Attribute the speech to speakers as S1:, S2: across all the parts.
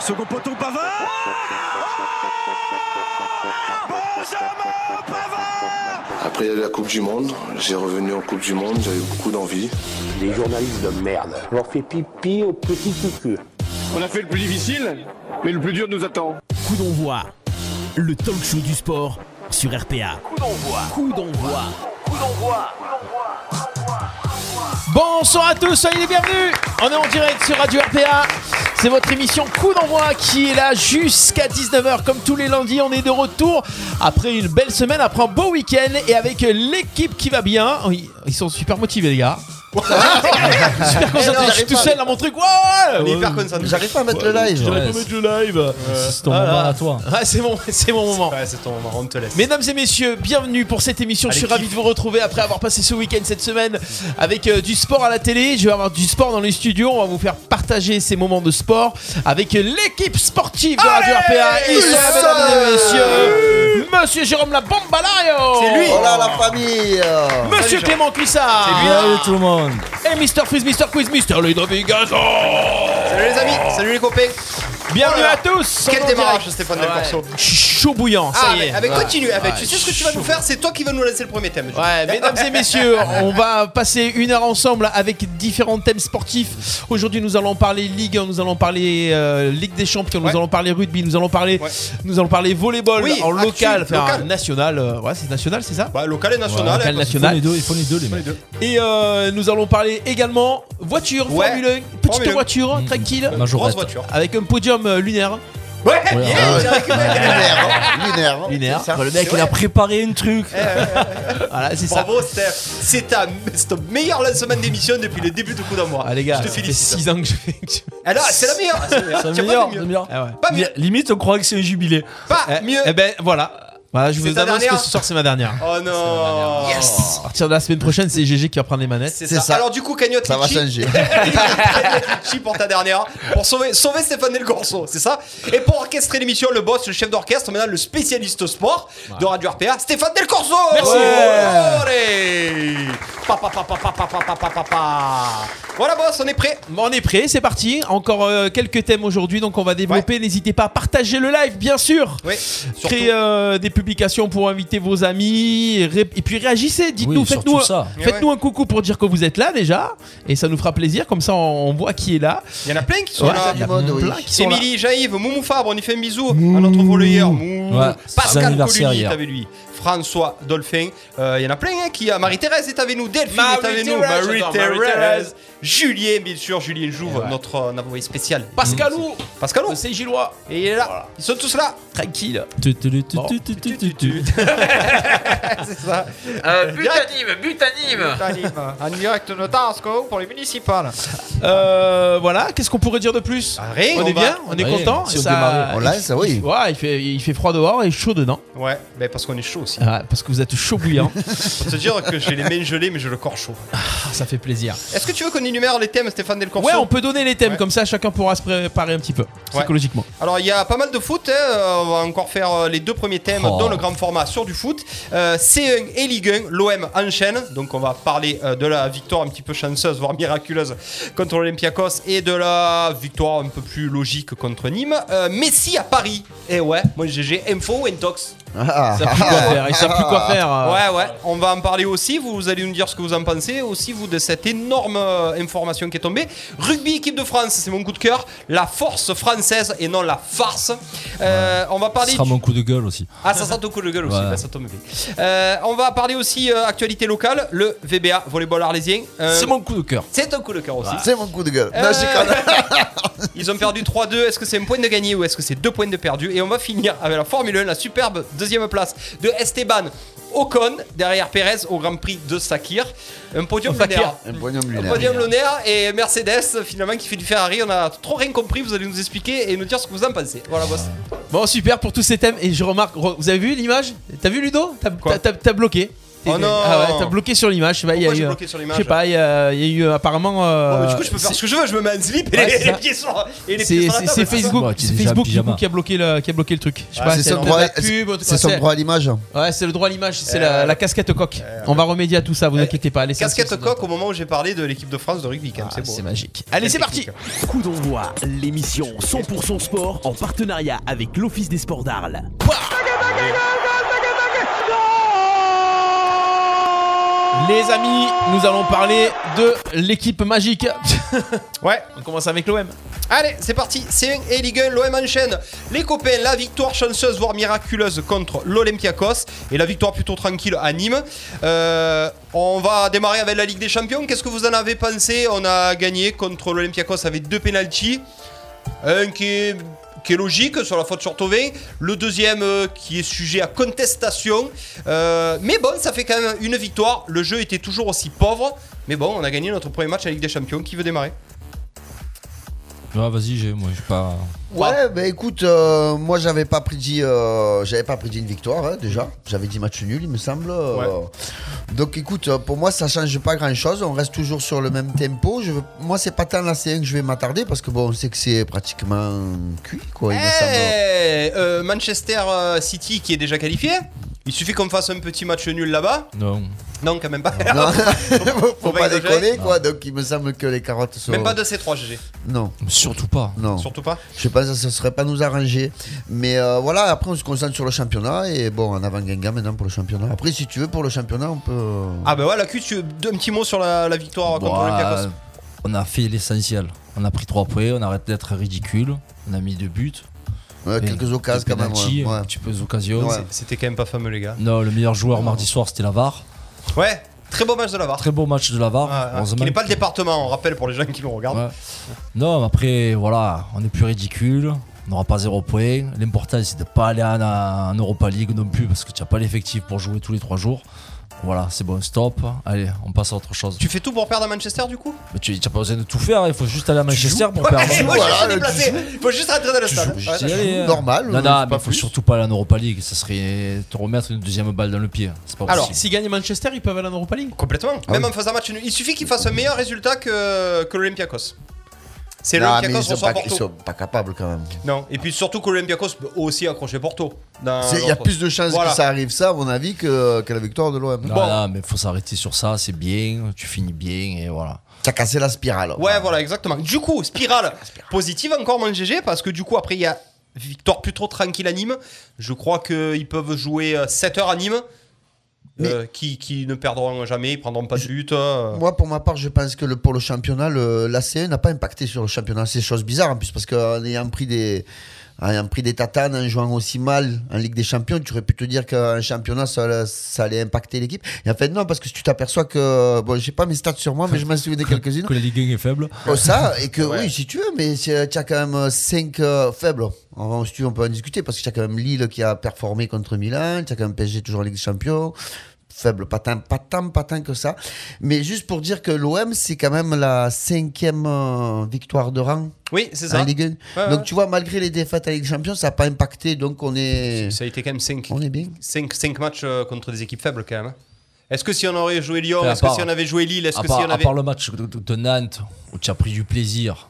S1: Second poteau, Pavard Benjamin Pavard
S2: Après la Coupe du Monde, j'ai revenu en Coupe du Monde, j'avais beaucoup d'envie.
S3: Les journalistes de merde. On leur fait pipi au petit cucu.
S4: On a fait le plus difficile, mais le plus dur nous attend.
S5: Coup d'envoi, le talk show du sport sur RPA.
S6: Coup d'envoi.
S5: Coup d'envoi.
S6: Coup d'envoi.
S5: Bonsoir à tous, soyez les bienvenus. On est en direct sur Radio RPA. C'est votre émission Coup d'envoi qui est là jusqu'à 19h comme tous les lundis. On est de retour après une belle semaine, après un beau week-end et avec l'équipe qui va bien. Oui, Ils sont super motivés les gars. super concentrés. je suis tout seul dans mon truc. Ouais, ouais, ouais.
S7: J'arrive pas à mettre le live.
S5: J'aurais pas mettre le live.
S8: C'est ton moment à toi.
S5: Ah, c'est mon, c'est mon moment.
S7: Ouais, c'est ton moment, on te laisse.
S5: Mesdames et messieurs, bienvenue pour cette émission. je suis ravi de vous retrouver après avoir passé ce week-end cette semaine avec euh, du sport à la télé. Je vais avoir du sport dans les studios. On va vous faire partager ces moments de sport avec l'équipe sportive de Radio RPA. Et là, mesdames et messieurs, Monsieur Jérôme Labombalayo.
S7: C'est lui. Oh là, la famille.
S9: euh,
S5: Monsieur Clément Cuissard.
S8: Salut tout le monde.
S5: Et Mr. Freeze, Mr. Quiz, Mr. Ludovic Gazon.
S7: Salut les amis, salut les copains.
S5: Bienvenue
S7: Oh là
S5: à tous.
S7: Quel
S5: On est en
S7: démarrage,
S5: direct.
S7: Stéphane Del Corso.
S5: Je suis Chaud bouillant, ça y
S7: Ah,
S5: est.
S7: mais, ah, mais continue, ah, mais
S5: Ouais,
S7: tu sais ce que tu vas
S5: chaud.
S7: nous faire, c'est toi qui vas nous lancer le premier thème.
S5: Ouais, mesdames et messieurs, on va passer une heure ensemble avec différents thèmes sportifs. Aujourd'hui, nous allons parler Ligue, 1, nous allons parler euh, Ligue des Champions, nous
S7: Ouais.
S5: allons parler rugby, nous allons parler,
S7: Ouais.
S5: nous allons parler volleyball
S7: Oui,
S5: en
S7: actu,
S5: local, enfin,
S7: local.
S5: national. euh, ouais, c'est national, c'est ça
S7: Bah, local et national.
S5: Local,
S7: hein, parce que-
S8: Ils font
S5: national.
S8: les deux, ils font les deux, les mecs.
S5: Et euh, nous allons parler également voiture,
S7: Ouais,
S5: Formule 1, petite
S7: Formule 1.
S5: voiture,
S8: Mm-hmm.
S5: tranquille,
S8: Bah,
S7: Grosse
S8: Majorette.
S7: voiture.
S5: avec un podium euh, lunaire.
S7: Ouais, yeah, j'ai récupéré.
S2: Lunaire.
S5: Lunaire.
S2: hein. C'est ça.
S8: Le mec, il a préparé un truc.
S5: Voilà, c'est ça.
S7: Bravo, Steph. C'est ta, c'est ton meilleur lancement d'émission depuis le début de coup d'envoi.
S5: Ah, les gars,
S7: je te
S5: ça fait
S7: félicite.
S5: 6 ans que je fais. que je-
S7: Alors, c'est la meilleure. C'est la meilleure.
S8: C'est
S7: Tu as
S8: le
S7: pas
S8: meilleur,
S7: fait
S8: le
S7: mieux.
S8: meilleur.
S5: Ah ouais.
S7: Pas mieux.
S8: Li- Limite, on croirait que c'est un jubilé.
S7: Pas
S5: Eh,
S7: mieux.
S5: Eh ben voilà. Voilà, je
S7: C'est
S5: vous
S7: ta
S5: annonce que
S7: dernière
S5: ce soir c'est ma dernière.
S7: Oh non.
S5: À partir de la semaine prochaine, c'est GG qui va prendre les manettes.
S7: C'est
S2: C'est
S7: ça.
S2: ça.
S7: Alors du coup, cagnotte
S2: Ça va
S7: Litchi.
S2: changer.
S7: Cagnotte Litchi pour ta dernière, pour sauver, sauver Stéphane Del Corso, c'est ça Et pour orchestrer l'émission, le boss, le chef d'orchestre, maintenant le spécialiste sport de Radio RPA, Stéphane Del Corso
S5: Merci.
S7: Allez. Pa, pa, pa, pa, pa, pa, pa, pa, pa, pa. Voilà boss, on est prêt
S5: Bon, on est prêt, c'est parti. Encore euh, quelques thèmes aujourd'hui, donc on va développer. N'hésitez pas à partager le live, bien sûr.
S7: Oui,
S5: Créez euh, des publications pour inviter vos amis. Et, ré- et puis réagissez, dites-nous,
S8: Oui,
S5: faites-nous
S8: surtout ça.
S5: faites-nous un coucou pour dire que vous êtes là déjà. Et ça nous fera plaisir, comme ça on, on voit qui est là.
S7: Il y en a plein qui sont
S5: Ouais,
S7: là.
S5: il y a
S2: Mode, oui.
S5: plein qui sont là.
S7: Émilie, Jean-Yves, Moumou Fabre, on y fait un bisou à notre voleur. Mou.
S8: Ouais, c'est son
S7: Pascal
S8: anniversaire
S7: Coluni est
S8: hier.
S7: avec lui. François Dolphin, euh, il y en a plein hein, qui. Marie-Thérèse est avec nous, Delphine est avec nous,
S5: Marie-Thérèse, j'adore Marie-Thérèse.
S7: Julien, bien sûr, Julien Jouve, notre euh, envoyé spécial.
S5: Pascalou,
S7: Pascal,
S5: le Gillois,
S7: et il est là. Ils sont tous là.
S5: tranquille.
S8: Tu, tu, tu, tu, tu, tu, tu, tu, tu.
S7: C'est ça.
S5: Euh,
S7: Euh,
S10: but à Nîmes, but à Nîmes.
S7: En direct de Tarasco pour les municipales.
S5: Euh, voilà, qu'est-ce qu'on pourrait dire de plus
S7: rien,
S5: On,
S7: Ah, on
S5: est
S7: va-
S5: bien, on est
S8: Ouais,
S5: content.
S8: si on
S5: ça-
S8: démarre,
S2: On lance, oui.
S5: Ouais, il fait, il fait froid dehors et chaud dedans.
S7: Ouais, mais parce qu'on est chaud aussi.
S5: Ah, parce que vous êtes chaud bouillant.
S7: Faut te dire que j'ai les mains gelées, mais j'ai le corps chaud.
S5: Ah, ça fait plaisir.
S7: Est-ce que tu veux qu'on énumère les thèmes, Stéphane Del Corso
S5: Ouais, on peut donner les thèmes
S7: Ouais.
S5: comme ça, chacun pourra se préparer un petit peu psychologiquement.
S7: Alors il y a pas mal de foot, hein. Euh, on va encore faire euh, les deux premiers thèmes
S8: Oh.
S7: dans le grand format sur du foot. Euh, C1 et Ligue 1, l'OM enchaîne, donc on va parler euh, de la victoire un petit peu chanceuse, voire miraculeuse contre l'Olympiakos et de la victoire un peu plus logique contre Nîmes. Euh, Messi à Paris, et ouais, moi GG, info, intox.
S2: Ah,
S5: Ils savent plus quoi faire. Ils savent plus quoi faire. euh.
S8: Ah.
S7: Ouais ouais, on va en parler aussi, vous allez nous dire ce que vous en pensez aussi vous de cette énorme euh, information qui est tombée. Rugby équipe de France, c'est mon coup de cœur, la force française et non la farce. Euh, on va
S8: Ce
S7: parler
S8: sera
S7: du-
S8: mon coup de gueule aussi.
S7: Ah, ça sent au coup de gueule aussi,
S8: Ouais.
S7: bah, ça tombe bien. Euh, on va parler aussi euh, actualité locale, le VBA, volleyball arlésien. Euh,
S5: C'est mon coup de cœur.
S7: C'est un coup de cœur aussi.
S2: C'est mon coup de gueule.
S7: Euh,
S2: Non, je déconne.
S7: Ils ont perdu 3-2. Est-ce que c'est un point de gagné ou est-ce que c'est deux points de perdu Et on va finir avec la Formule 1, la superbe deuxième place de Esteban Ocon derrière Perez au Grand Prix de Sakir. Un podium
S5: Sakir.
S7: lunaire.
S2: Un bonhomme
S7: Un
S2: lunaire.
S7: podium lunaire et Mercedes finalement qui fait du Ferrari. On a trop rien compris. Vous allez nous expliquer et nous dire ce que vous en pensez. Voilà, boss.
S5: Bon, super pour tous ces thèmes. Et je remarque, re- vous avez vu l'image T'as vu Ludo T'as-
S7: Quoi
S5: T'as t'as- t'as bloqué. t'es-
S7: Oh non
S5: ah ouais, t'as bloqué sur l'image. bah, il y a
S7: Pourquoi j'ai
S5: eu,
S7: bloqué sur
S5: Je
S7: l'image
S5: sais pas, il y, a il y a eu apparemment. euh,
S7: Bon, mais Du coup, je peux faire ce que je veux, je me mets un slip et
S5: Ouais,
S7: les-
S5: c'est
S7: les
S5: ça.
S7: pieds sur et les
S5: C'est
S7: pieds sur
S5: c'est-
S7: la
S5: c'est
S7: table.
S5: Facebook,
S8: c'est
S5: c'est
S8: déjà
S5: Facebook
S8: un
S5: du coup,
S8: pyjama.
S5: qui a bloqué le qui a bloqué le truc. Je sais
S7: Ouais,
S5: pas,
S6: c'est
S5: c'est
S6: son
S5: un peu
S6: droit-
S5: de la pub, un truc
S6: C'est
S5: comme
S6: son
S5: ça.
S6: droit à l'image.
S5: Ouais, c'est le droit à l'image, c'est la, la casquette coq. On va remédier à tout ça, vous
S7: euh,
S5: inquiétez pas. laissez-
S7: Casquette coq au moment où j'ai parlé de l'équipe de France de rugby, quand même,
S5: Ah,
S7: c'est beau.
S5: C'est magique. Allez, c'est parti.
S9: Coup d'envoi, l'émission 100% sport en partenariat avec l'Office des sports d'Arles.
S5: Les amis, nous allons parler de l'équipe magique.
S7: Ouais.
S5: On commence avec l'OM.
S7: Allez, c'est parti. C1 et Ligue 1, l'OM enchaîne. Les copains, la victoire chanceuse, voire miraculeuse contre l'Olympiakos. Et la victoire plutôt tranquille à Nîmes. Euh, on va démarrer avec la Ligue des Champions. Qu'est-ce que vous en avez pensé On a gagné contre l'Olympiakos avec deux pénalties. Un qui est, qui est logique sur la faute sur Tovin. Le deuxième euh, qui est sujet à contestation. Euh, mais bon, ça fait quand même une victoire. Le jeu était toujours aussi pauvre. Mais bon, on a gagné notre premier match à Ligue des Champions. Qui veut démarrer
S8: Ah, vas-y, j'ai, moi, j'ai pas.
S7: Wow.
S6: Ouais, bah écoute, euh, moi j'avais pas prédit, euh, j'avais pas prédit une victoire hein, déjà. J'avais dit match nul, il me semble. euh. Donc écoute, euh, pour moi ça change pas grand chose. On reste toujours sur le même tempo. Je veux- Moi c'est pas tant la C1 que je vais m'attarder parce que bon, on sait que c'est pratiquement cuit quoi. Il me semble.
S7: Eh, euh, Manchester euh, City qui est déjà qualifié. Il suffit qu'on fasse un petit match nul là-bas.
S8: Non.
S7: Non, quand même pas.
S6: Non, faut,
S7: pas
S6: pas
S7: exagérer.
S6: déconner quoi. Donc il me semble que les carottes sont.
S7: même pas de C3 GG.
S6: Non,
S8: Surtout pas.
S6: non.
S7: Surtout pas.
S6: Je pense que ça ne serait pas nous arranger. Mais euh, voilà, après, on se concentre sur le championnat. Et bon, en avant Guingamp maintenant pour le championnat. Après, si tu veux, pour le championnat, on peut. euh,
S7: Ah bah ouais, la Q, tu deux- un petit mot sur la, la victoire contre
S8: Bah,
S7: l'Olympiakos.
S8: on a fait l'essentiel. On a pris trois points, on arrête d'être ridicule, on a mis deux buts.
S6: ouais, quelques occasions quand même.
S8: Penalty, euh,
S6: ouais, ouais.
S8: Un petit peu d'occasions.
S6: Ouais.
S7: C'était quand même pas fameux, les gars.
S8: Non, le meilleur joueur mardi soir, c'était Lavar.
S7: Ouais, très beau match de la VAR.
S8: Très beau match de Lavar.
S7: Ah, ah,
S8: Heureusement
S7: qui n'est pas le département, on rappelle pour les gens qui nous regardent.
S8: Ouais. Non, mais après, voilà, on est plus ridicule. On n'aura pas zéro point. L'important, c'est de pas aller en, en Europa League non plus, parce que tu n'as pas l'effectif pour jouer tous les trois jours. Voilà, c'est bon, stop. Allez, on passe à autre chose.
S7: Tu fais tout pour perdre à Manchester du coup
S8: Mais Tu n'as pas besoin de tout faire, il faut juste aller à Manchester pour perdre.
S7: Il faut
S6: Voilà,
S7: juste se
S6: le-
S7: déplacer, faut juste rentrer dans le stade.
S6: joues,
S7: Ouais,
S8: J'y allais, hein.
S6: Normal,
S8: Non,
S6: euh,
S8: non,
S6: c'est
S8: mais
S6: pas
S8: faut
S6: plus.
S8: surtout pas aller en Europa League. Ça serait te remettre une deuxième balle dans le pied. C'est pas
S7: Alors,
S8: possible.
S5: S'ils gagnent Manchester, ils peuvent aller en Europa League.
S7: Complètement.
S6: Ah
S7: Même
S6: oui.
S7: en faisant match nul. Il suffit qu'il fasse un meilleur résultat que, que l'Olympiakos. C'est
S6: Non, Ah, mais ils
S7: l'Olympiakos
S6: sont,
S7: reçoit
S6: pas, ils
S7: Porto.
S6: sont pas capables quand même.
S7: Non, et puis surtout que l'Olympiakos peut aussi accrocher Ah, Porto. dans-
S6: C'est- Il y a
S7: dans-
S6: plus de chances
S7: Voilà.
S6: que ça arrive, ça, à mon avis, que, que la victoire de l'OM.
S8: Non,
S7: bon.
S8: non, Ah, mais faut s'arrêter sur ça. C'est bien, tu finis bien et voilà.
S6: T'as cassé la spirale.
S7: Ouais, voilà, exactement. Du coup, spirale positive encore, mon GG, parce que du coup, après, il y a victoire plutôt tranquille à Nîmes. Je crois qu'ils peuvent jouer 7 heures à Nîmes. euh, qui, qui ne perdront jamais, ils prendront pas de but. euh.
S6: Moi, pour ma part, je pense que le, pour le championnat, le, la C1 n'a pas impacté sur le championnat. C'est chose bizarre en plus, parce qu'en ayant pris des. En ayant pris des tatanes, en jouant aussi mal en Ligue des Champions, tu aurais pu te dire qu'un championnat, ça, ça allait impacter l'équipe. Et en fait, non, parce que si tu t'aperçois que. Bon, j'ai pas mes stats sur moi, mais je m'en souviens de quelques-unes.
S8: Que la Ligue 1 est faible.
S6: Oh, ça, et que
S7: Ouais.
S6: oui, si tu veux, mais c'est- tu as quand même 5 faibles. En- si tu veux, on peut en discuter, parce que tu as quand même Lille qui a performé contre Milan, tu as quand même PSG toujours en Ligue des Champions. Faible, pas tant, pas tant, pas tant que ça. Mais juste pour dire que l'OM, c'est quand même la cinquième euh, victoire de rang
S7: Oui, c'est
S6: en
S7: ça.
S6: Ligue 1.
S7: Ouais,
S6: donc
S7: ouais.
S6: tu vois, malgré les défaites à Ligue des Champions, ça n'a pas impacté. Donc on est,
S7: Ça a été quand même 5
S6: on est bien.
S7: 5, matchs euh, contre des équipes faibles quand même. hein. Est-ce que si on aurait joué Lyon,
S8: Enfin, à
S7: est-ce que
S8: part-
S7: si on avait joué Lille, est-ce
S8: à,
S7: que
S8: part,
S7: si on
S8: à
S7: avait...
S8: part le match de, de- de Nantes où tu as pris du plaisir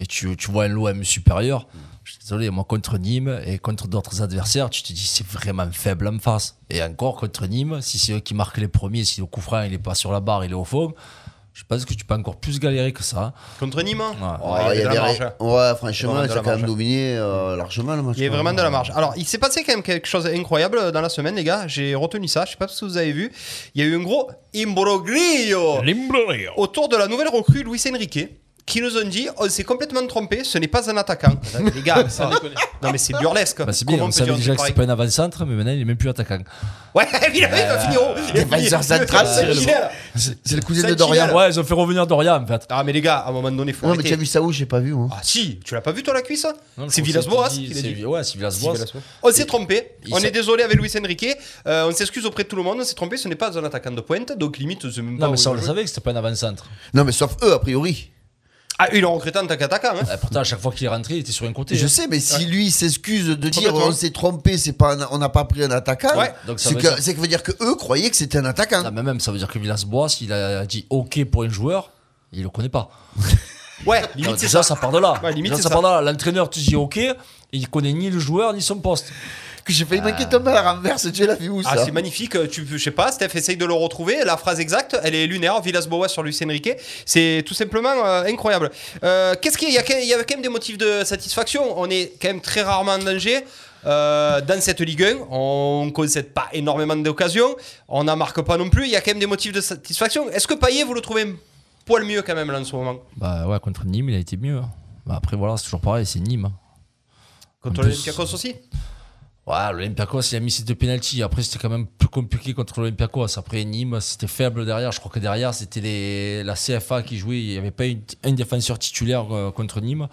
S8: et tu, tu vois un l'OM supérieur, je suis désolé, moi contre Nîmes et contre d'autres adversaires, tu te dis c'est vraiment faible en face. Et encore contre Nîmes, si c'est eux qui marquent les premiers, si le coup franc il n'est pas sur la barre, il est au fond, je pense que tu peux encore plus galérer que ça.
S7: Contre Nîmes hein.
S8: Ouais.
S6: Oh,
S7: il y avait de la
S6: des-
S7: marge. hein.
S6: Ouais,
S7: Il y
S6: franchement,
S7: avait
S6: ça
S7: de la
S6: a quand même
S7: marge. hein.
S6: dominé euh, largement le match.
S7: Il y a vraiment de la marge. Alors, il s'est passé quand même quelque chose d'incroyable euh, dans la semaine, les gars. J'ai retenu ça. Je sais pas si vous avez vu. Il y a eu un gros imbroglio autour de la nouvelle recrue Luis Enrique qui nous ont dit on s'est complètement trompé, ce n'est pas un attaquant. les gars, ça- non mais c'est burlesque.
S8: Bah, c'est bien,
S7: Comment
S8: on
S7: peut dire
S8: savait
S7: un
S8: déjà
S7: truc
S8: que c'était
S7: pareil
S8: pas un avant-centre, mais maintenant il est même plus attaquant.
S7: Ouais, il avait- il va finir haut. Il va finir-
S6: Défenseur
S7: il
S6: central,
S7: va
S6: Cyril.
S7: finir là.
S6: C'est le cousin de
S7: Saint-Gilles.
S6: Dorian.
S8: Ouais, ils ont fait revenir Dorian en fait.
S7: Ah mais les gars, à un moment donné, faut
S6: Non, mais tu as
S7: arrêter.
S6: vu ça où J'ai pas vu. moi.
S7: Ah si, tu l'as pas vu toi la cuisse
S8: Non, je
S7: C'est
S8: crois que
S7: Villas-Boas
S8: c'est-
S7: qui l'a
S8: c'est-
S7: dit.
S8: Ouais, c'est Villas-Boas.
S7: On s'est trompé.
S8: Il
S7: on
S8: s'est-
S7: est désolé avec Luis Enrique. Euh, on s'excuse auprès de tout le monde. On s'est trompé. Ce n'est pas un attaquant de pointe. Donc limite, c'est même pas.
S8: Non, mais ça
S7: où
S8: on le
S7: il joue.
S8: savait que c'était pas un avant-centre.
S6: Non, mais sauf eux, a priori.
S7: Ah, il est recruté en tant qu'attaquant. hein.
S8: Ah, pourtant, à chaque fois qu'il est rentré, il était sur un côté.
S6: Je
S8: hein.
S6: sais, mais si lui s'excuse de dire
S7: Complètement.
S6: on s'est trompé, c'est pas un- on n'a pas pris un attaquant,
S7: Ouais,
S8: donc ça
S6: c'est
S8: veut
S6: que
S8: dire-
S6: c'est que veut dire que eux croyaient que c'était un attaquant.
S7: Hein
S8: Ah, mais même, ça veut dire que Villas-Boas, il a dit OK pour un joueur, il le connaît pas.
S7: Ouais,
S8: Non,
S7: limite, c'est
S8: déjà, ça part de là.
S7: Ouais, limite,
S8: Déjà,
S7: c'est
S8: ça
S7: ça.
S8: part de là. L'entraîneur, tu dis OK, il connaît ni le joueur ni son poste.
S6: Que j'ai failli manquer tomber à la renverse, tu l'as vu où
S7: Ah,
S6: ça
S7: c'est magnifique. Tu, je sais pas, Steph essaye de le retrouver. La phrase exacte, elle est lunaire. Villas-Boas sur Luis Enrique. C'est tout simplement euh, incroyable. Euh, Qu'est-ce qu'il y a Il y avait quand même des motifs de satisfaction. On est quand même très rarement en danger. euh, dans cette Ligue 1, on ne concède pas énormément d'occasions, on n'en marque pas non plus, il y a quand même des motifs de satisfaction. Est-ce que Payet, vous le trouvez un poil mieux quand même là en ce moment
S8: Bah ouais, contre Nîmes, il a été mieux. Bah, après, voilà, c'est toujours pareil, c'est Nîmes. hein. En
S7: Contre
S8: plus-
S7: l'Olympiakos aussi
S8: Ouais, l'Olympiakos, il a mis ses deux pénalties. Après, c'était quand même plus compliqué contre l'Olympiakos. Après, Nîmes, c'était faible derrière. Je crois que derrière, c'était les- la CFA qui jouait. Il n'y avait pas une- un défenseur titulaire euh, contre Nîmes.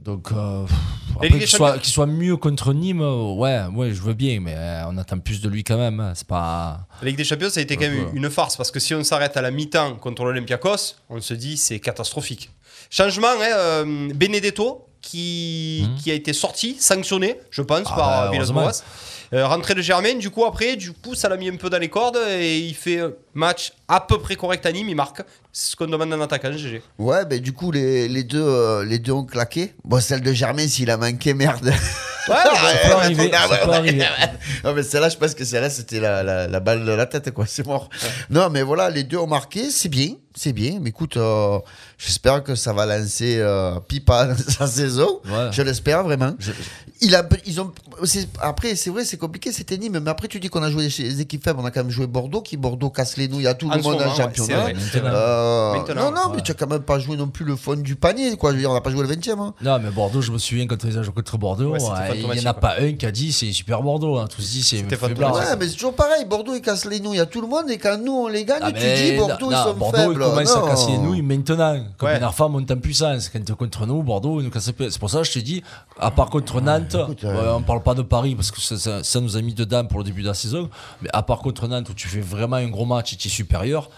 S8: Donc, euh, pff, après,
S7: Ligue des
S8: qu'il
S7: Champions-
S8: soit, qu'il soit mieux contre Nîmes, euh, ouais, ouais, je veux bien, mais euh, on attend plus de lui quand même. hein. C'est pas.
S7: La Ligue des Champions, ça a été quand même une farce parce que si on s'arrête à la mi-temps contre l'Olympiakos, on se dit c'est catastrophique. Changement, hein, euh, Benedetto qui, qui a été sorti, sanctionné, je pense,
S8: Hum. Ah
S7: par
S8: bah,
S7: Villas-Boas. Euh, rentrée de Germaine, du coup, après, du coup, ça l'a mis un peu dans les cordes et il fait euh, match à peu près correct à Nîmes, il marque. C'est ce qu'on demande d'un attaquant, GG.
S6: Ouais, ben du coup les, les deux euh, les deux ont claqué. Bon, celle de Germain, s'il a manqué, merde.
S7: Ouais,
S6: Ah
S8: Ça peut arriver, ça peut arriver.
S6: Non, mais celle-là, je pense que celle-là, c'était la, la, la balle de la tête, quoi. C'est mort. Non, mais voilà, les deux ont marqué. C'est bien, c'est bien. Mais écoute, euh, j'espère que ça va lancer euh, Pipa dans sa saison.
S8: Ouais.
S6: Je l'espère vraiment.
S8: Je-
S6: Il a, ils ont, c'est- après, c'est vrai, c'est compliqué, c'était Nîmes. Mais après, tu dis qu'on a joué des équipes faibles. On a quand même joué Bordeaux, qui Bordeaux casse les nouilles à tout
S7: En
S6: le
S7: ce
S6: monde
S7: moment,
S6: en
S7: ouais,
S6: championnat.
S7: c'est vrai.
S8: Maintenant.
S6: Euh,
S7: Maintenant,
S6: non, non, mais
S8: ouais.
S6: tu as quand même pas joué non plus le fond du panier, quoi. Je veux dire, on n'a pas joué le 20 e hein.
S8: Non, mais Bordeaux, je me souviens quand ils ont joué contre Bordeaux,
S7: Ouais, c'était
S8: ouais, il n'y
S7: fantomatique,
S8: en a
S7: quoi.
S8: pas un qui a dit c'est super Bordeaux. Hein. Tous dit c'est
S7: C'était
S8: faiblard.
S7: fantomatique.
S6: Ouais, mais c'est toujours pareil. Bordeaux, ils cassent les nouilles à tout le monde. Et quand nous, on les gagne,
S8: Ah,
S6: tu
S8: mais
S6: dis Bordeaux,
S8: non,
S6: ils sont
S8: Bordeaux,
S6: faibles.
S8: ils commencent
S6: Non.
S8: à casser les nouilles maintenant. Comme
S7: Ouais.
S8: une Arfa monte en puissance. Quand contre nous, Bordeaux, ils nous cassent les pieds. C'est pour ça que je te dis, à part contre Nantes,
S6: écoute, euh,
S8: ouais, on parle pas de Paris parce que ça, ça- ça nous a mis dedans pour le début de la saison. Mais à part contre Nantes où tu fais vraiment un gros match et tu es supérieur,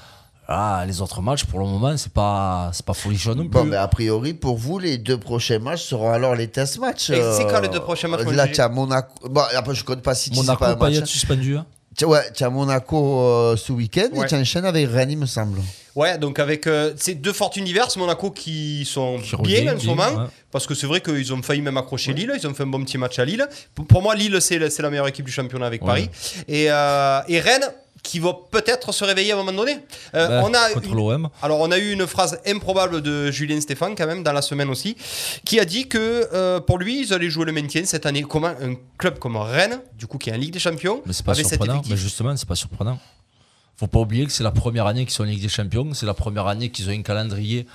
S8: ah, les autres matchs, pour le moment, c'est pas, c'est pas folichon non plus.
S6: Bon, mais euh, a priori, pour vous, les deux prochains matchs seront alors les test matchs.
S7: Et c'est
S6: euh,
S7: quand les deux prochains matchs, mon
S6: Là,
S7: Gilles
S6: tu as Monaco. Bon, après, je compte pas si tu sais
S8: Monaco,
S6: pas un match.
S8: Payet suspendu. hein.
S6: Tu- Ouais, tu as Monaco euh, ce week-end
S7: Ouais.
S6: et tu enchaînes avec Rennes, il me semble.
S7: Ouais, donc avec euh, ces deux fortunes diverses, Monaco qui sont
S8: Qui
S7: bien
S8: reviennent,
S7: en ce
S8: bien,
S7: moment,
S8: ouais.
S7: parce que c'est vrai qu'ils ont failli même accrocher Lille, ils ont fait un bon petit match à Lille. Pour, pour moi, Lille, c'est la, c'est la meilleure équipe du championnat avec
S8: Ouais.
S7: Paris. Et, euh, et Rennes, qui va peut-être se réveiller à un moment donné. Euh,
S8: Bah,
S7: on a
S8: contre
S7: une-
S8: l'OM.
S7: alors, on a eu une phrase improbable de Julien Stéphane, quand même, dans la semaine aussi, qui a dit que euh, pour lui, ils allaient jouer le maintien cette année. Comment un club comme Rennes, du coup, qui est en Ligue des Champions,
S8: Mais c'est pas
S7: avec cet
S8: surprenant.
S7: effectif
S8: Mais justement, c'est pas surprenant. Faut pas oublier que c'est la première année qu'ils sont en Ligue des Champions. C'est la première année qu'ils ont un calendrier